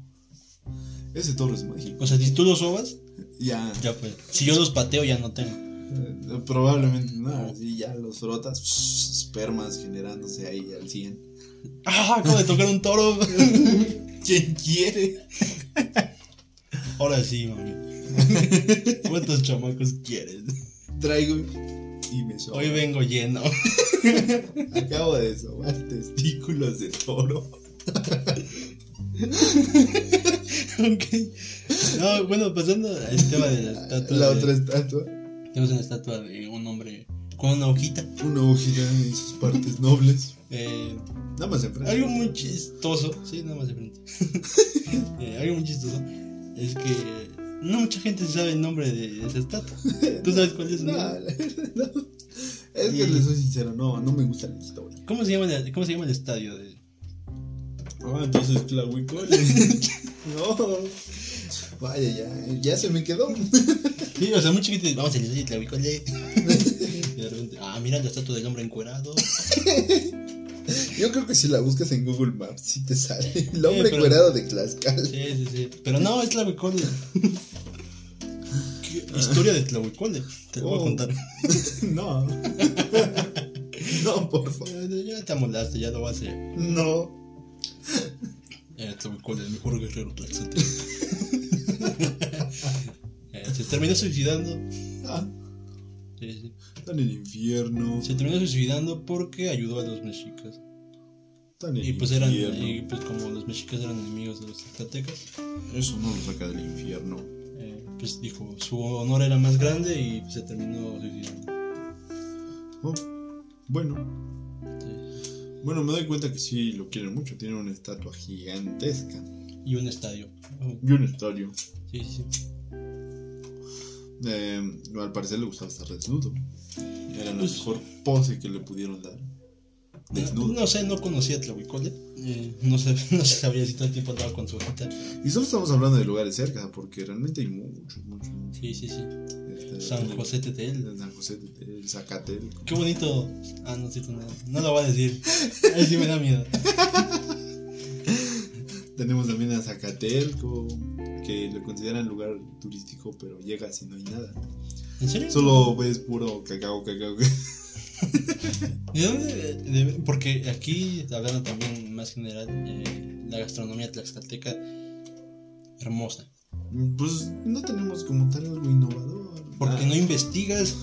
A: ese toro es mágico.
B: O sea, si tú los sobas,
A: Ya,
B: ya pues. Si yo los pateo, ya no tengo.
A: eh, probablemente no, así ya los frotas, espermas generándose ahí al 100.
B: ¡Ah! Acabo de tocar un toro.
A: ¿Quién quiere?
B: Ahora sí, mami. ¿Cuántos chamacos quieres?
A: Traigo y me sobo.
B: Hoy vengo lleno.
A: Acabo de sobar testículos de toro.
B: ok. No, bueno, pasando al tema de la estatua.
A: La
B: de-
A: otra estatua.
B: Tenemos una estatua de un hombre con una hojita.
A: Una hojita en sus partes nobles.
B: Eh,
A: Nada más enfrente.
B: algo muy chistoso. Sí, nada más de frente. Eh, algo muy chistoso es que no mucha gente sabe el nombre de esa estatua. ¿Tú sabes cuál es?
A: No,
B: no?
A: la verdad, no. Es que
B: Y-
A: les soy sincero, no, no me gusta la historia.
B: ¿Cómo se llama, la- cómo se llama el estadio? De...
A: Ah, entonces Tlahuicol. no. Vaya, ya, ya se me quedó.
B: Sí, o sea, mucha gente dice, vamos al estadio de Tlahuicole. y de repente, ah, mira la estatua del hombre encuerado.
A: Yo creo que si la buscas en Google Maps, sí te sale. El hombre
B: Eh, pero-
A: encuerado de Tlaxcala.
B: Sí, sí, sí. Pero no, es Tlahuicole. ¿Qué historia de Tlahuicole? Te lo voy
A: Oh.
B: a contar.
A: No. no, por favor.
B: Eh, Ya te amolaste, ya lo vas a hacer.
A: No.
B: Eh, Tlahuicole, el mejor guerrero tlaxcalteco. Eh, se terminó suicidando.
A: Ah,
B: Sí, sí.
A: está en el infierno.
B: Se terminó suicidando porque ayudó a los mexicas.
A: Está en el
B: Y pues eran,
A: infierno.
B: y pues como los mexicas eran enemigos de los tlaxcaltecas,
A: Eso no lo saca del infierno.
B: eh, pues dijo, su honor era más grande y pues, se terminó suicidando.
A: Oh, bueno.
B: Sí.
A: Bueno, me doy cuenta que sí lo quieren mucho. Tiene una estatua gigantesca.
B: Y un estadio. Oh,
A: Y un estadio.
B: sí, sí. sí.
A: Eh, al parecer le gustaba estar desnudo. Era la
B: Pues-
A: mejor pose que le pudieron dar.
B: No,
A: Desnudo.
B: no sé, no conocía a Tlahuicole. Eh, no, sé, no se sabía si todo el tiempo andaba con su hojita.
A: Y solo estamos hablando de lugares cerca, porque realmente hay muchos, muchos, muchos.
B: Sí, sí, sí.
A: Este,
B: San José Tetel.
A: San José, el Zacatel.
B: Qué bonito. Ah, no, cierto, no, no lo voy a decir. Ahí sí me da miedo.
A: Tenemos también a Zacatelco, que lo consideran lugar turístico, pero llegas y no hay nada.
B: ¿En serio?
A: Solo ves puro cacao, cacao.
B: ¿De dónde? de- porque aquí, hablando también más general, eh, la gastronomía tlaxcalteca, hermosa.
A: Pues no tenemos como tal algo innovador.
B: Porque
A: nada.
B: no investigas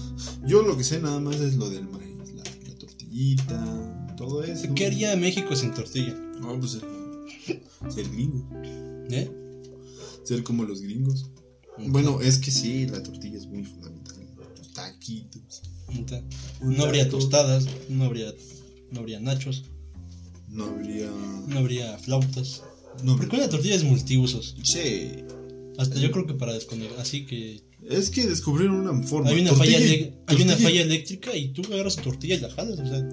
A: Yo lo que sé nada más es lo del maíz, la, la tortillita, todo eso.
B: qué haría México sin tortilla.
A: No, pues eh, ser gringo,
B: ¿Eh?
A: ser como los gringos. Bueno, es que sí, la tortilla es muy fundamental. Los taquitos.
B: Entonces, no habría tostadas, no habría, no habría nachos,
A: No habría.
B: no habría flautas.
A: No
B: Porque
A: habría.
B: la tortilla es multiusos.
A: Sí.
B: Hasta yo creo que para desconectar. Así que
A: Es que descubrieron una forma.
B: hay una, falla,
A: Tortilla y-
B: elec- hay una
A: tortilla-
B: falla eléctrica y tú agarras tortilla y la jalas. O sea,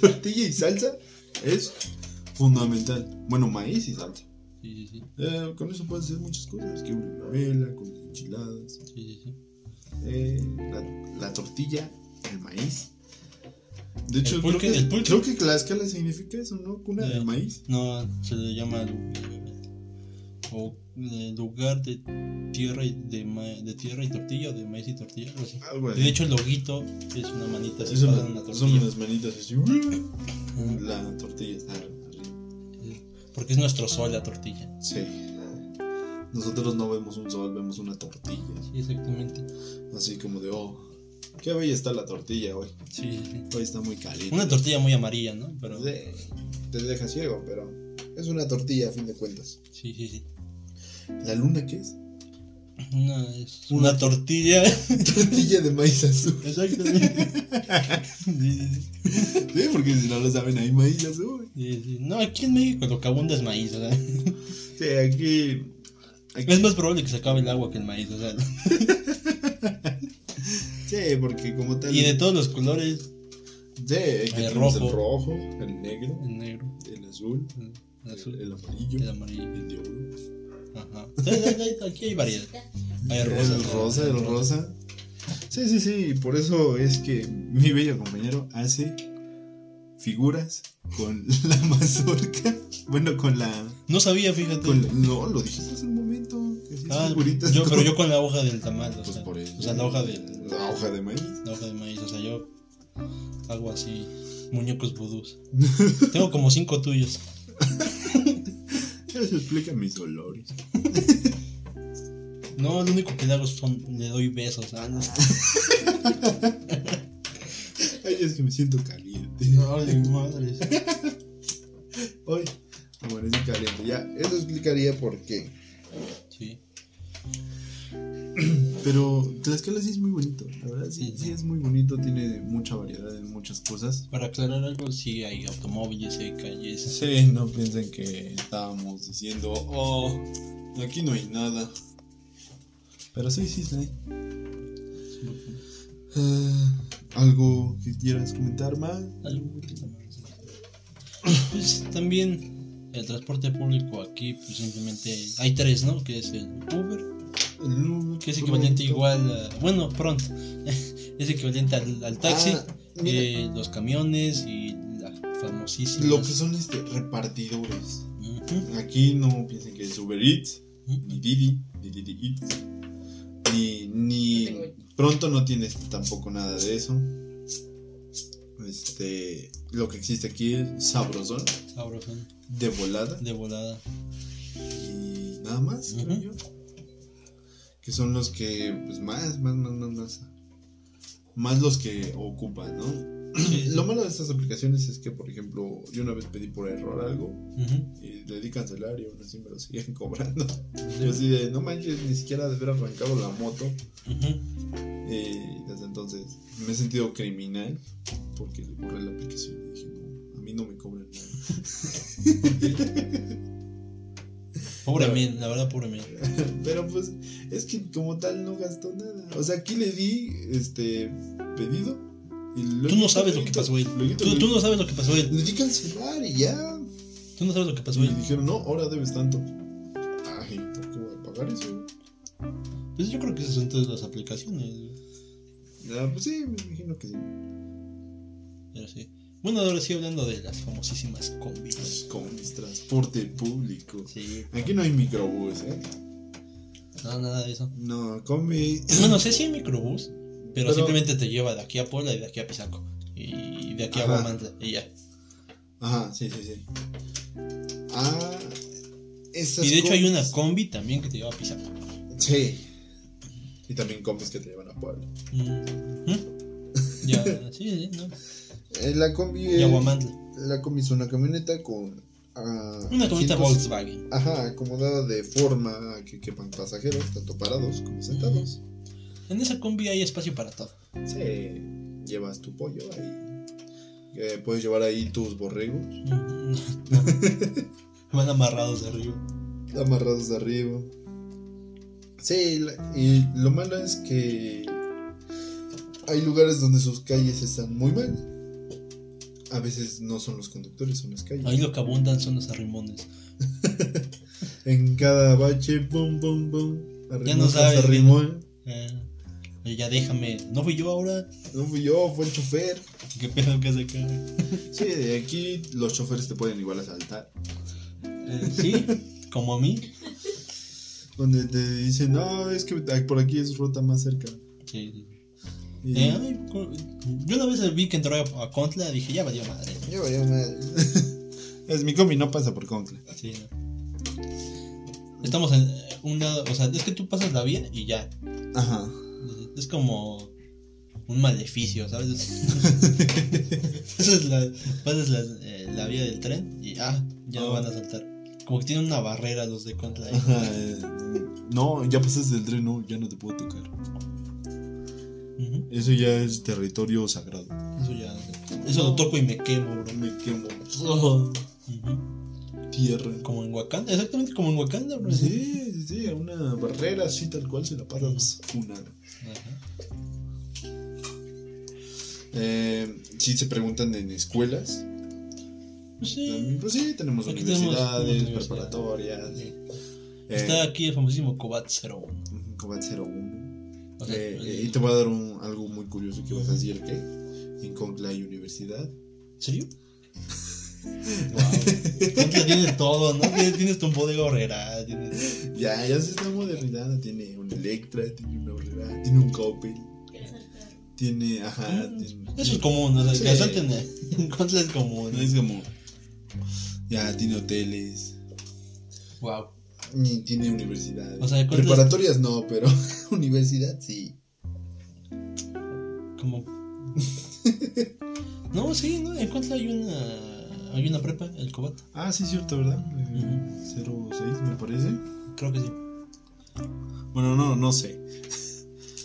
A: Tortilla y salsa es fundamental. Bueno, maíz y salsa.
B: sí, sí, sí,
A: Eh, con eso puedes hacer muchas cosas. Que una vela, con enchiladas.
B: sí, sí, sí.
A: eh, la, la tortilla, el maíz. De hecho,
B: pulque,
A: creo, que,
B: el pulque.
A: creo que Tlaxcala significa eso, ¿no? Cuna
B: Ya.
A: de maíz.
B: No, se le llama lu- o, eh, lugar de tierra y de, ma- de tierra y tortilla o de maíz y tortilla, algo así.
A: Algo
B: Y de hecho el loguito es una manita así
A: Pues Es una-
B: parada en una
A: son
B: tortilla.
A: unas manitas así. La tortilla está arriba.
B: Sí. Ah, eh, Porque es nuestro sol la tortilla.
A: Sí. Nosotros no vemos un sol, vemos una tortilla.
B: Sí, exactamente.
A: Así como de, oh, qué bella está la tortilla hoy.
B: Sí, sí, sí.
A: Hoy está muy caliente.
B: Una tortilla muy amarilla, ¿no? Pero. Sí,
A: Te, te deja ciego, pero es una tortilla a fin de cuentas.
B: sí, sí.
A: ¿La luna qué es?
B: No, es una tortilla.
A: Tortilla de maíz azul.
B: Exactamente. Sí, sí, sí.
A: Sí, porque si no lo saben, hay maíz azul.
B: Sí, sí. No, aquí en México lo que abunda es maíz, o sea.
A: Sí, aquí.
B: Es más probable que se acabe el agua que el maíz, o sea.
A: Sí, porque como tal.
B: Y de todos los colores,
A: Sí, aquí
B: El
A: tenemos
B: rojo.
A: el rojo, el negro,
B: el negro,
A: el azul,
B: el
A: el,
B: azul,
A: el
B: el,
A: amarillo,
B: amarillo.
A: el de oro.
B: Ajá. Sí, sí, sí, Aquí hay variedad. Hay
A: El
B: rosa.
A: rosa, el rosa. Sí, sí, sí, por eso es que mi bello compañero hace figuras con la mazorca. Bueno, con la.
B: No sabía, fíjate.
A: Con la- no, lo dijiste hace un momento. Que hacías
B: Ah,
A: figuritas
B: yo,
A: con-
B: pero yo con la hoja del tamal, o
A: Pues
B: sea,
A: por eso.
B: o sea, la hoja del,
A: La hoja de maíz.
B: la hoja de maíz, o sea, yo hago así muñecos vudús. Tengo como cinco tuyos.
A: Eso explica mis dolores.
B: No, lo único que le hago son le doy besos. Ah, no,
A: Ay, es que me siento caliente.
B: Ay, madre.
A: Hoy amanecí caliente. Ya, eso explicaría por qué.
B: Sí,
A: Pero Tlaxcala sí es muy bonito. La verdad, sí,
B: Sí,
A: sí
B: sí.
A: es muy bonito. Tiene mucha variedad en muchas cosas.
B: para aclarar algo, sí hay automóviles, hay calles.
A: Sí, no piensen que estábamos diciendo, oh, aquí no hay nada. Pero sí, sí, sí. Ah, ¿Algo que quieras comentar más?
B: Algo que también- Pues también el transporte público aquí, pues simplemente hay tres, ¿no? Que es el Uber, que es equivalente igual a, bueno pronto es equivalente al, al taxi
A: Ah, mira,
B: eh, los camiones y la famosísima
A: lo que son este repartidores.
B: Ujú,
A: Aquí no piensen que es Uber Eats,
B: ujú.
A: ni Didi, ni Didi Eats, ni, ni-
C: No tengo-
A: pronto no tienes tampoco nada de eso. Este, lo que existe aquí es sabrosón,
B: Sabrosón,
A: de volada
B: de volada
A: y nada más,
B: Ujú.
A: creo yo. Que son los que pues más, más, más, más, más, más los que ocupan, ¿no?
B: Sí,
A: Lo malo de estas aplicaciones es que, por ejemplo, yo una vez pedí por error algo
B: ujú.
A: y le di cancelar y aún así me lo siguen cobrando. Yo
B: Ujú.
A: así de, no manches, ni siquiera de haber arrancado la moto. Eh, desde entonces me he sentido criminal porque le borré la aplicación y dije, no, a mí no me cobran nada.
B: pobre men la verdad pobre men
A: Pero pues es que como tal no gastó nada. O sea, aquí le di este pedido y
B: tú no sabes lo que pasó él
A: luego-
B: tú, tú no sabes lo que pasó él
A: Le di cancelar y ya.
B: tú no sabes lo que pasó
A: Y
B: él
A: dijeron, no, ahora debes tanto. Ay, ¿por qué voy a pagar eso?
B: pues yo creo que esas son todas las aplicaciones
A: Ah, pues sí, me imagino que sí.
B: pero sí bueno ahora sí hablando de las famosísimas combis
A: Pues, Con transporte público.
B: sí
A: Aquí no hay microbús, ¿eh?
B: no nada de eso
A: No, combi.
B: Bueno, sé si hay microbús, pero,
A: Pero-
B: simplemente te lleva de aquí a Puebla y de aquí a Pisaco. Y de aquí a
A: Ajá.
B: Guamantla y ya.
A: Ajá, sí, sí, sí. Ah, esas
B: Y de hecho hay una
A: combis-
B: combi también que te lleva a Pisaco.
A: Sí. Y también combis que te llevan a Puebla.
B: Mm. Ya, sí, sí, ¿no?
A: Eh, la combi
B: Y a
A: es-
B: Guamantla.
A: La combi es una camioneta con. ah,
B: Una camioneta
A: asientos-
B: Volkswagen.
A: Ajá, acomodada de forma que quepan pasajeros, tanto parados como sentados.
B: En esa combi hay espacio para todo.
A: Sí, llevas tu pollo ahí. Eh, puedes llevar ahí tus borregos
B: Mm. Van amarrados de arriba.
A: amarrados de arriba. Sí, la- y lo malo es que hay lugares donde sus calles están muy mal. A veces no son los conductores, son las calles.
B: Ahí lo que abundan son los arrimones.
A: En cada bache, pum, pum, pum. Arrimón
B: Ya no
A: tras
B: sabes, ya
A: arrimón.
B: Eh, oye, ya déjame. ¿No fui yo ahora?
A: No fui yo, fue el chofer.
B: ¿Qué pedo que hace acá?
A: Sí, de aquí los choferes te pueden igual asaltar.
B: Eh, sí, como a mí.
A: Donde te dicen, no, es que por aquí es ruta más cerca.
B: Sí, sí.
A: Y-
B: Eh, ay, cu- yo una vez vi que entró a, a Contla, dije, ya valió madre.
A: Ya valió madre. Es mi combi, no pasa por Concla.
B: Sí, no. Estamos en eh, un lado, o sea, es que tú pasas la vía y ya.
A: Ajá.
B: Es como un maleficio, ¿sabes? pasas la, pasas la, eh, la vía del tren y ah, ya
A: Ah.
B: lo van a saltar. Como que tienen una barrera los de contra. ahí.
A: Ajá. eh, No, ya pasaste del tren, no, ya no te puedo tocar.
B: Ujú,
A: Eso ya es territorio sagrado.
B: Eso ya. Eso lo toco y me quemo, bro.
A: Me quemo.
B: Oh. Ujú,
A: Tierra.
B: Como en Wakanda, exactamente como en Wakanda, bro.
A: Sí, sí, sí, una barrera así tal cual se la pasas una.
B: Ajá.
A: Eh, sí se preguntan en escuelas.
B: Sí.
A: También, pues sí, tenemos
B: Aquí tenemos
A: universidades,
B: universidades.
A: preparatorias.
B: Sí.
A: Eh,
B: Está aquí el famosísimo Cobat 01.
A: Cobat 01.
B: O sea,
A: Eh, eh,
B: el-
A: y te voy a dar un- algo muy curioso que vas a decir que en Concla hay universidad.
B: ¿En serio? wow. Contra tiene todo, ¿no? Tienes, tienes tu bodega horrera, tienes...
A: Ya, ya se está modernizando. Tiene un Electra, tiene una Herrera, tiene un Coppel,
C: ¿Quieres saltar?
A: tiene. Ajá, tiene-
B: Ah, Eso es común, o sea,
A: Ah, Sí.
B: que asalten en Contra es común.
A: No es como. Ya, tiene hoteles.
B: Wow.
A: Ni tiene universidades.
B: O sea, ¿cuántas-
A: Preparatorias no, pero universidad sí.
B: Como... No, sí, ¿no? En Contra hay una... Hay una prepa, el Cobat.
A: Ah, sí, cierto, ¿verdad?
B: Eh,
A: 06, me parece.
B: Creo que sí.
A: Bueno, no, no sé.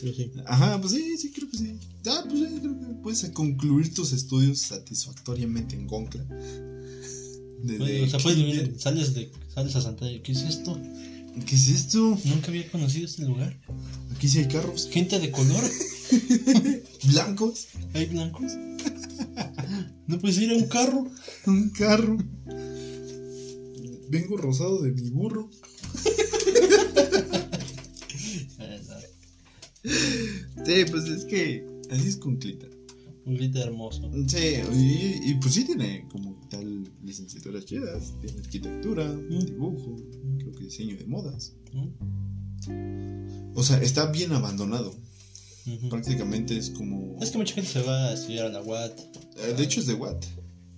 B: Creo que sí.
A: Ajá, pues sí, sí, creo que sí. Ah, pues sí, creo que puedes concluir tus estudios satisfactoriamente en Concla. Desde
B: Bueno, o sea, puedes
A: kinder.
B: vivir, sales, de, sales a Santa ¿Qué es esto?
A: ¿Qué es esto?
B: Nunca había conocido este lugar.
A: Aquí sí hay carros
B: Gente de color,
A: blancos.
B: hay blancos. No puedes ir a un carro.
A: Un carro. Vengo rosado de mi burro.
B: Eh, no.
A: Sí, pues es que así es Conclita.
B: Un grito hermoso.
A: Sí, y, y pues sí tiene como tal licenciaturas chidas. Tiene arquitectura,
B: Mm.
A: dibujo, creo que diseño de modas.
B: ¿no? Mm.
A: O sea, está bien abandonado.
B: Ujú.
A: Prácticamente es como...
B: Mm. Es que mucha gente se va a estudiar a la Watt.
A: Eh, De hecho es de Watt.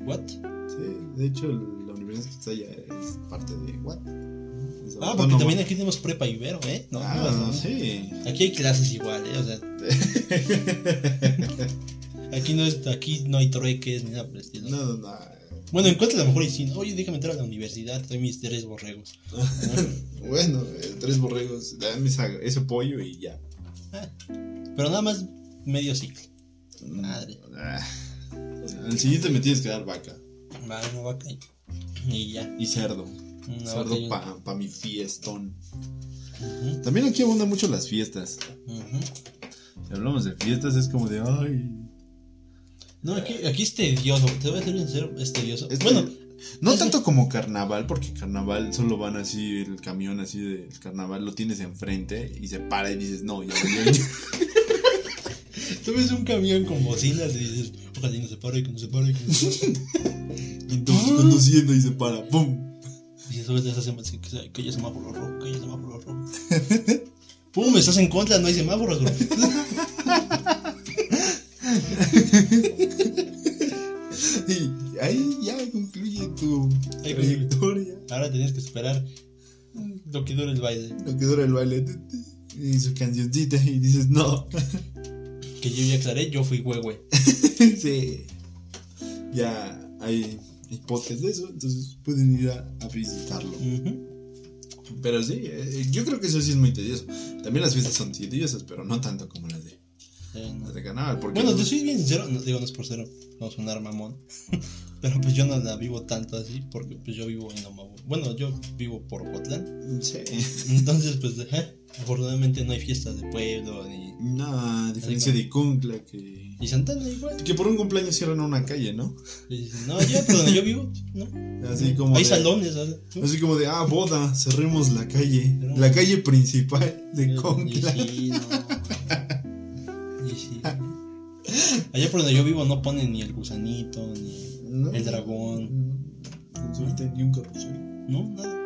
B: ¿What?
A: Sí, de hecho la universidad que está allá es parte de Watt. Es
B: Ah, porque
A: autónoma.
B: también aquí tenemos prepa ibero, ¿eh? No,
A: Ah,
B: no, no.
A: sí.
B: Aquí hay clases igual, ¿eh? O sea, aquí no, es, aquí no hay trueques ni nada por el estilo.
A: no, no, no.
B: Bueno, en cuanto a lo mejor y sí, oye, déjame entrar a la universidad, soy mis tres borregos.
A: Bueno, eh, tres borregos, dame esa- ese pollo y ya.
B: Pero nada más medio ciclo. Madre.
A: Ah, Al siguiente me tienes que dar vaca
B: Va, una vaca y- y ya.
A: y cerdo.
B: Una vaca y
A: cerdo
B: un-
A: para mi fiestón.
B: Ujú.
A: También aquí abundan mucho las fiestas.
B: Ujú.
A: Si hablamos de fiestas es como de, ay,
B: No, aquí, aquí es tedioso, te voy a ser sincero, es tedioso.
A: Es
B: bueno,
A: No
B: Es que-
A: tanto como carnaval, porque carnaval solo van así, el camión así del carnaval lo tienes enfrente y se para y dices, no, ya me
B: tú ves un camión con bocinas y dices, ojalá y no se pare, que no se pare, que no se pare. Ah.
A: Entonces conduciendo y se para, ¡pum!
B: Y eso es de esas sema- que- que, que haya semáforo rojo, que haya semáforo rojo. ¡Pum! Estás en contra, no hay semáforos, bro.
A: Y ahí ya concluye tu
B: Ahí concluye.
A: trayectoria,
B: Ahora tienes que esperar lo que dure el baile.
A: lo que dura el baile. Y su cancioncita y dices, no,
B: Que yo ya aclaré, yo fui güey, güey.
A: sí. Ya hay, hay podcast de eso, entonces pueden ir a- a visitarlo.
B: Ujú.
A: Pero sí, eh, yo creo que eso sí es muy tedioso. También las fiestas son tediosas, pero no tanto como las de,
B: Eh, no.
A: las de carnaval. Porque
B: Bueno,
A: no-
B: te soy bien sincero, no, digo, no es por ser, no sonar mamón, pero pues yo no la vivo tanto así, porque pues yo vivo en Omabo. Bueno, yo vivo por Cotlán,
A: Sí.
B: entonces pues, ajá, afortunadamente no hay fiestas de pueblo, ni...
A: No, a diferencia de Cuncla, que.
B: Y Santana igual.
A: Que por un cumpleaños cierran una calle, ¿no?
B: Y dices, No, yo, pero donde yo vivo, no.
A: Así como.
B: Hay
A: de-
B: salones, o sea, ¿no?
A: Así como de, ah, boda, cerremos la calle.
B: Pero-
A: La calle principal de Concla.
B: Y sí, no. Y sí. Allá por donde yo vivo no ponen ni el gusanito, ni...
A: ¿No?
B: El dragón.
A: Con suerte, ni un carrusel.
B: No, nada.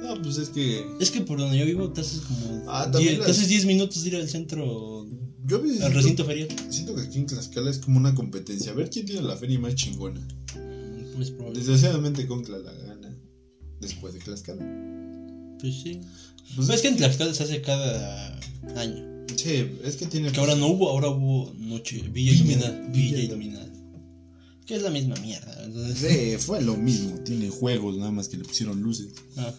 A: Ah, pues es que.
B: Es que por donde yo vivo te haces como...
A: Ah, también
B: diez-
A: las-
B: Te haces 10 minutos de ir al centro...
A: Yo a veces
B: Al
A: siento,
B: recinto ferial.
A: siento que aquí en Tlaxcala es como una competencia. A ver quién tiene la feria más chingona.
B: Mm, Es probable.
A: Desgraciadamente Concla la gana después de Tlaxcala.
B: Pues sí.
A: Pues
B: es que en Tlaxcala se hace cada año.
A: Sí, es que tiene. pues,
B: Que ahora no hubo, ahora hubo noche. Villa Iluminada.
A: Villa
B: Villa Iluminada. Que es la misma mierda. Entonces,
A: Sí, fue lo mismo. Tiene juegos, nada más que le pusieron luces.
B: Ajá.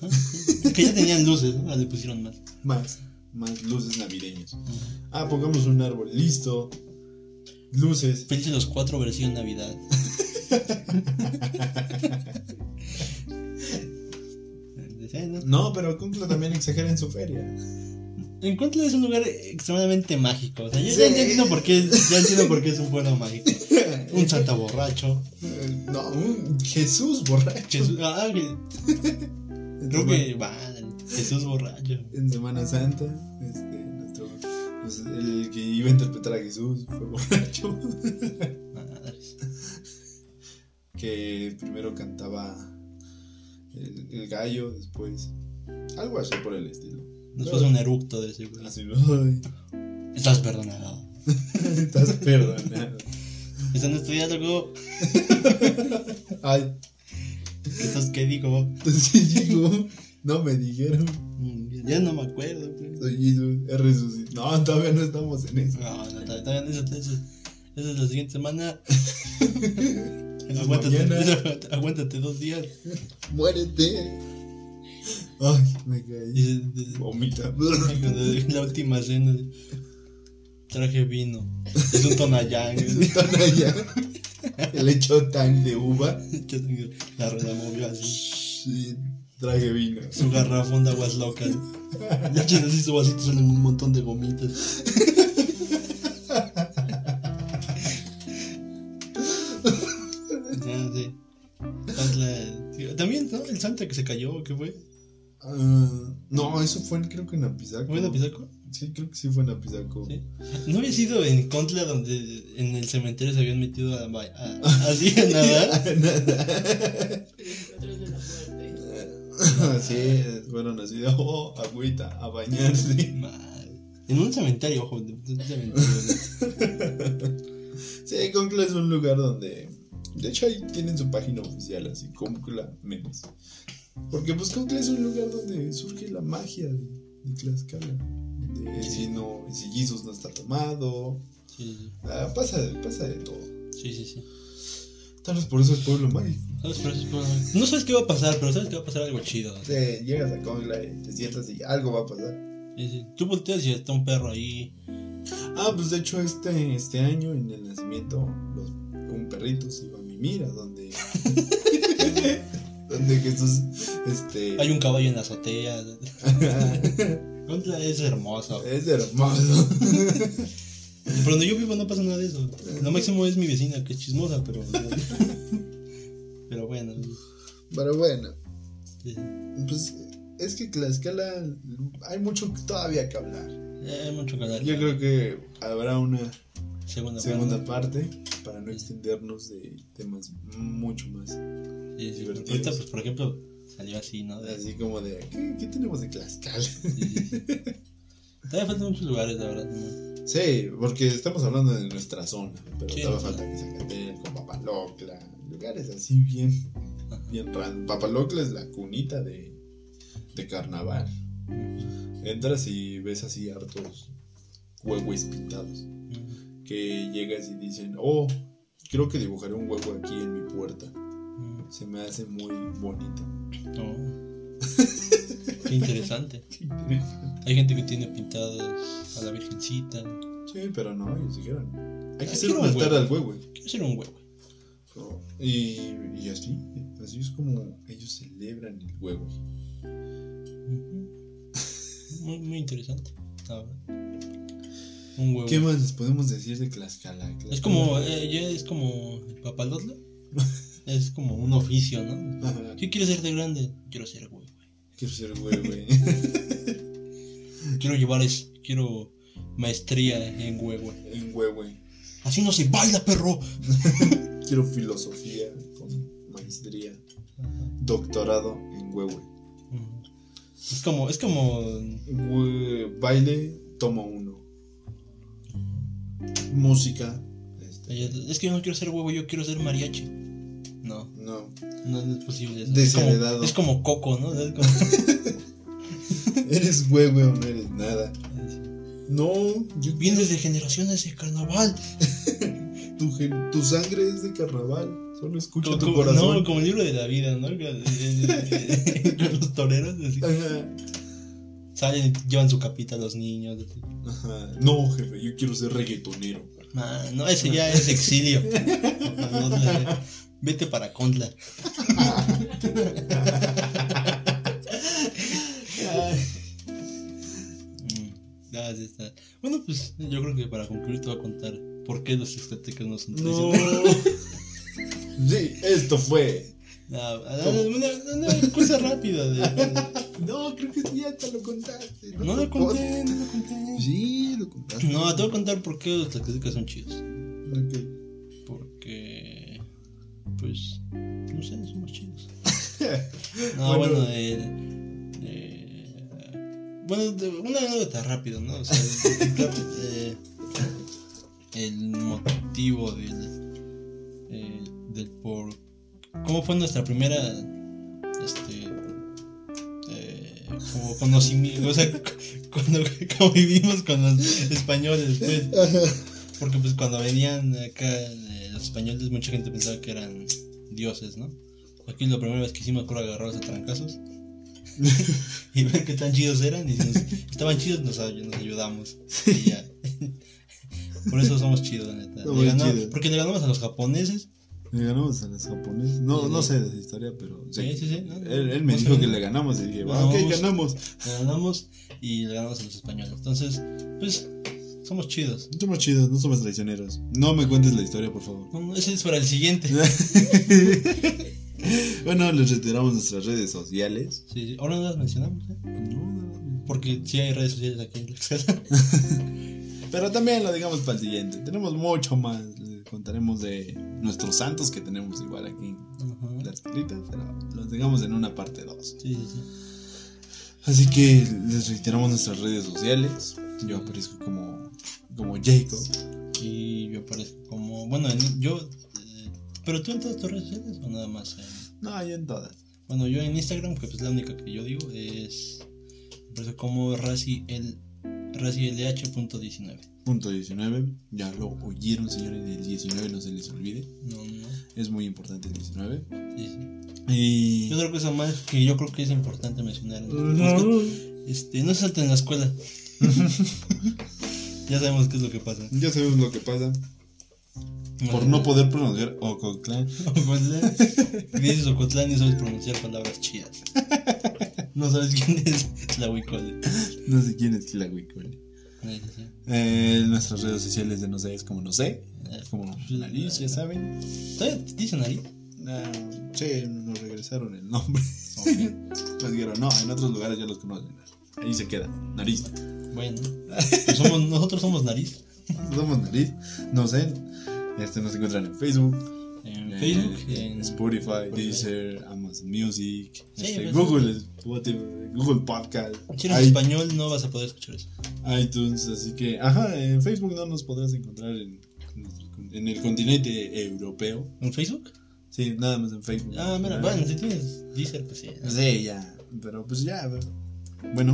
B: Que ya tenían luces, ¿no? Ahora le pusieron más.
A: Más, más luces navideñas. Ah, pongamos un árbol. Listo. Luces.
B: Feliz de los cuatro versión Navidad. Sí, ¿no?
A: No, pero Concla también exagera en su feria.
B: En Cuautla es un lugar extremadamente mágico. O sea, yo
A: Sí.
B: ya entiendo por qué, ya entiendo por qué es un pueblo mágico. Un santa borracho.
A: Eh, No, un Jesús borracho.
B: Jesús, ah, que- creo que va, Jesús borracho.
A: En Semana Santa, este, nuestro, pues, el que iba a interpretar a Jesús fue borracho.
B: Madres.
A: que primero cantaba el, el gallo, después algo así por el estilo.
B: Después un eructo de ese güey.
A: Así, "Ay,
B: Estás perdonado.
A: estás perdonado.
B: Están estudiando algo.
A: Ay,
B: Entonces, ¿qué digo?
A: entonces llegó, no me dijeron,
B: Mm, Ya no me acuerdo. güey.
A: soy Jesús, he resucitado. No, todavía no estamos en eso.
B: No, Ah, no, todavía- todavía no, eso, eso, eso es la siguiente semana.
A: Mañana.
B: aguántate, aguántate dos días.
A: Muérete. Ay, me caí.
B: Y- y-
A: Vomita.
B: Cuando vi La última cena. Traje vino. Es un tonayán. güey.
A: Están allá. El hecho tan de uva.
B: La rueda movió así.
A: Sí, traje vino.
B: Su garrafón de aguas locas. Ya chido, así su vasito salen un montón de gomitas. Ya, sí. Haz la- sí, También, ¿no? El santa que se cayó, ¿qué fue?
A: Ah, no, eso fue creo que en Apizaco.
B: ¿Fue en Apizaco?
A: Sí, creo que sí fue en Apizaco.
B: Sí. ¿No había sido en Contla donde en el cementerio se habían metido a, ba- a- así a nadar?
A: Nada.
C: Encuentros de la muerte.
A: sí, fueron así de oh, agüita, a bañarse.
B: Mal. En un cementerio, ojo, en un cementerio.
A: Sí, Concla es un lugar donde. De hecho, ahí tienen su página oficial, así, Concla Memes. Porque, pues, Concla es un lugar donde surge la magia de, de Tlaxcala. De si, no, si Jesus no está tomado.
B: Sí,
A: Ah, pasa, pasa de todo.
B: sí, sí, sí.
A: Tal vez por eso es pueblo mágico.
B: ¿Sabes? Pero eso es como- No sabes qué va a pasar, pero sabes que va a pasar algo chido. Sí,
A: Te llegas a Concla y te sientas y algo va a pasar.
B: sí. Tú volteas y está un perro ahí.
A: Ah, pues, de hecho, este, este año, en el nacimiento, los, un perrito se iba a mimir a donde. donde Jesús. Este.
B: Hay un caballo en la azotea. Contla es hermoso.
A: Es hermoso.
B: Pero donde yo vivo no pasa nada de eso. Lo máximo es mi vecina, que es chismosa, pero. Pero bueno.
A: Pero bueno,
B: sí, sí.
A: pues es que Tlaxcala hay mucho todavía que hablar.
B: Hay mucho que hablar.
A: Yo creo que habrá una
B: Segunda,
A: segunda
B: parte.
A: parte para no extendernos de temas mucho más.
B: Sí, sí,
A: divertidos.
B: Ahorita, pues, por ejemplo, salió así, ¿no? De-
A: Así como de, ¿qué, qué tenemos de Tlaxcala?
B: sí, sí. Todavía faltan muchos lugares, la verdad. ¿no?
A: Sí, porque estamos hablando de nuestra zona, pero
B: Sí,
A: todavía
B: no.
A: falta que Zacatelco, Papalocla, lugares así bien,
B: Ajá.
A: bien random. Papalocla es la cunita de, de carnaval.
B: Mm,
A: Entras y ves así hartos huevos pintados.
B: Mm,
A: Que llegas y dicen, oh, creo que dibujaré un huevo aquí en mi puerta.
B: mm.
A: Se me hace muy bonita.
B: No. Qué interesante.
A: Qué interesante.
B: Hay gente que tiene pintadas a la Virgencita.
A: Sí, pero no, ellos dijeron. Hay que
B: Ah,
A: hacer
B: quiero
A: un
B: un
A: altar
B: huevo.
A: al huevo.
B: Quiero ser un huevo.
A: Y, y así, así es como ellos celebran el huevo.
B: Ujú. Muy, muy interesante. la verdad. Un huevo.
A: ¿Qué más les podemos decir de Tlaxcala?
B: Es
A: Tlaxcala-
B: como, eh, ya es como el papalotle. es como un oficio, ¿no?
A: Ajá,
B: ¿Qué quieres ser de grande? Quiero ser huevo.
A: Quiero ser huevo. eh.
B: Quiero llevar es, quiero maestría en huevo.
A: En huevo. eh.
B: Así no se baila, perro.
A: Quiero filosofía con maestría. Doctorado en huevo.
B: Ujú. Es como, es como
A: Hue- Baile, toma uno. Música. este,
B: eh, Es que yo no quiero ser huevo, yo quiero ser mariachi. No,
A: No,
B: no no es posible. eso. Es
A: Desheredado.
B: como, es como coco, ¿no? Es como-
A: eres huevo o no eres nada. No, yo-
B: Vienes de generaciones de carnaval.
A: tu, gen- tu sangre es de carnaval. Solo escucha
B: Como-
A: tu
B: como-
A: corazón.
B: No, como el libro de la vida, ¿no? eh, Los toreros así.
A: Ajá.
B: salen y llevan su capita a los niños. así.
A: Ajá. No, jefe, yo quiero ser reggaetonero.
B: Man, no, ese ya es exilio. Vete para Contla. Mm, ah, sí está. Bueno, pues yo creo que para concluir te voy a contar por qué los extratecas no son
A: No.
B: traicioneros.
A: Sí, esto fue.
B: No, una, una cosa rápida. de-
A: No, creo que ya te lo contaste.
B: no lo conté, no lo conté.
A: Sí, lo contaste.
B: No, te voy a contar por qué los extratecas son chidos.
A: Ok.
B: Porque. Pues. No sé, son más chidos.
A: Bueno.
B: No, bueno, eh, eh, bueno, de- una anécdota rápido, ¿no? O sea, el, eh, el motivo del, eh, del por cómo fue nuestra primera, este, eh, como conocimiento, o sea, cu- cuando cómo vivimos con los españoles, pues, porque pues cuando venían acá eh, los españoles mucha gente pensaba que eran dioses, ¿no? Aquí la primera vez que hicimos fue agarrarlos a trancazos y ver qué tan chidos eran. Y si nos- estaban chidos, nos, ay- nos ayudamos. Y ya. Por eso somos chidos, la neta.
A: Somos
B: Le ganamos-
A: chidos.
B: porque le ganamos a los japoneses.
A: Le ganamos a los japoneses. No,
B: Sí.
A: no sé de esa historia, pero.
B: Sí, sí, sí, no,
A: Él, él me
B: no
A: dijo
B: sé.
A: que le ganamos y dije,
B: Le
A: "Ah, ok,
B: ganamos".
A: ganamos.
B: Le ganamos y le ganamos a los españoles. Entonces, pues, somos chidos.
A: No somos chidos, no somos traicioneros. No me cuentes la historia, por favor.
B: No, no, ese es para el siguiente.
A: bueno, les retiramos nuestras redes sociales.
B: Sí, sí. Ahora no las mencionamos, ¿eh? Porque sí hay redes sociales aquí en Tlaxcala.
A: Pero también lo digamos para el siguiente. Tenemos mucho más. Les contaremos de nuestros santos que tenemos igual aquí en
B: Ajá.
A: las clitas, pero los digamos en una parte 2.
B: Sí, sí, sí.
A: Así que les reiteramos nuestras redes sociales. Yo aparezco como, como Jacob.
B: Y yo aparezco como. Bueno, en- yo. eh, ¿Pero tú en todas tus redes sociales o nada más? en-
A: No, yo en todas.
B: bueno, yo en Instagram, que pues es la única que yo digo, es. Aparezco como Razi el. RaziLH.19.
A: Punto 19. Ya lo oyeron, señores. El 19 no se les olvide.
B: No, no.
A: Es muy importante el 19.
B: Sí, sí.
A: Y.
B: Yo creo que eso más que yo creo que es importante mencionar. en el podcast, Este, no se salten en la escuela. ya sabemos qué es lo que pasa.
A: Ya sabemos lo que pasa. Por no poder pronunciar Ococlan.
B: Ocotlán. Dices Ocotlán y sabes pronunciar palabras chidas. No sabes quién es la Wicole.
A: No sé quién es Tlahuicole.
B: Sí, sí, sí.
A: Eh, nuestras redes sociales de no sé es como no sé.
B: Eh,
A: Es como nariz, ya saben.
B: ¿Todavía te dicen ahí?
A: Ah, sí, nos regresaron el nombre. Nos dijeron, no, en otros lugares ya los conocen. Ahí se queda, nariz.
B: Bueno, pues somos, nosotros somos nariz.
A: Somos nariz, no sé. Este nos encuentran en Facebook,
B: En
A: en
B: Facebook,
A: en
B: en
A: Spotify,
B: Spotify.
A: Deezer, Amazon Music,
B: Sí,
A: este,
B: pues,
A: Google, Spotify, Google Podcast,
B: si eres
A: i-
B: español no vas a poder escuchar eso.
A: iTunes. Así que, ajá, en Facebook no nos podrás encontrar en, en el continente europeo.
B: ¿En Facebook?
A: Sí, nada más en Facebook.
B: Ah, mira, bueno, si tienes Deezer, pues sí.
A: Sí, ya. Pero pues ya. Bueno,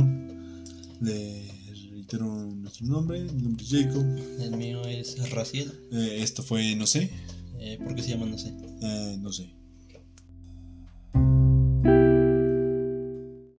A: le reitero nuestro nombre. Mi nombre es Jacob.
B: El mío es Raciel,
A: Eh, esto fue, no sé.
B: eh, porque se llama, no sé.
A: eh, no sé.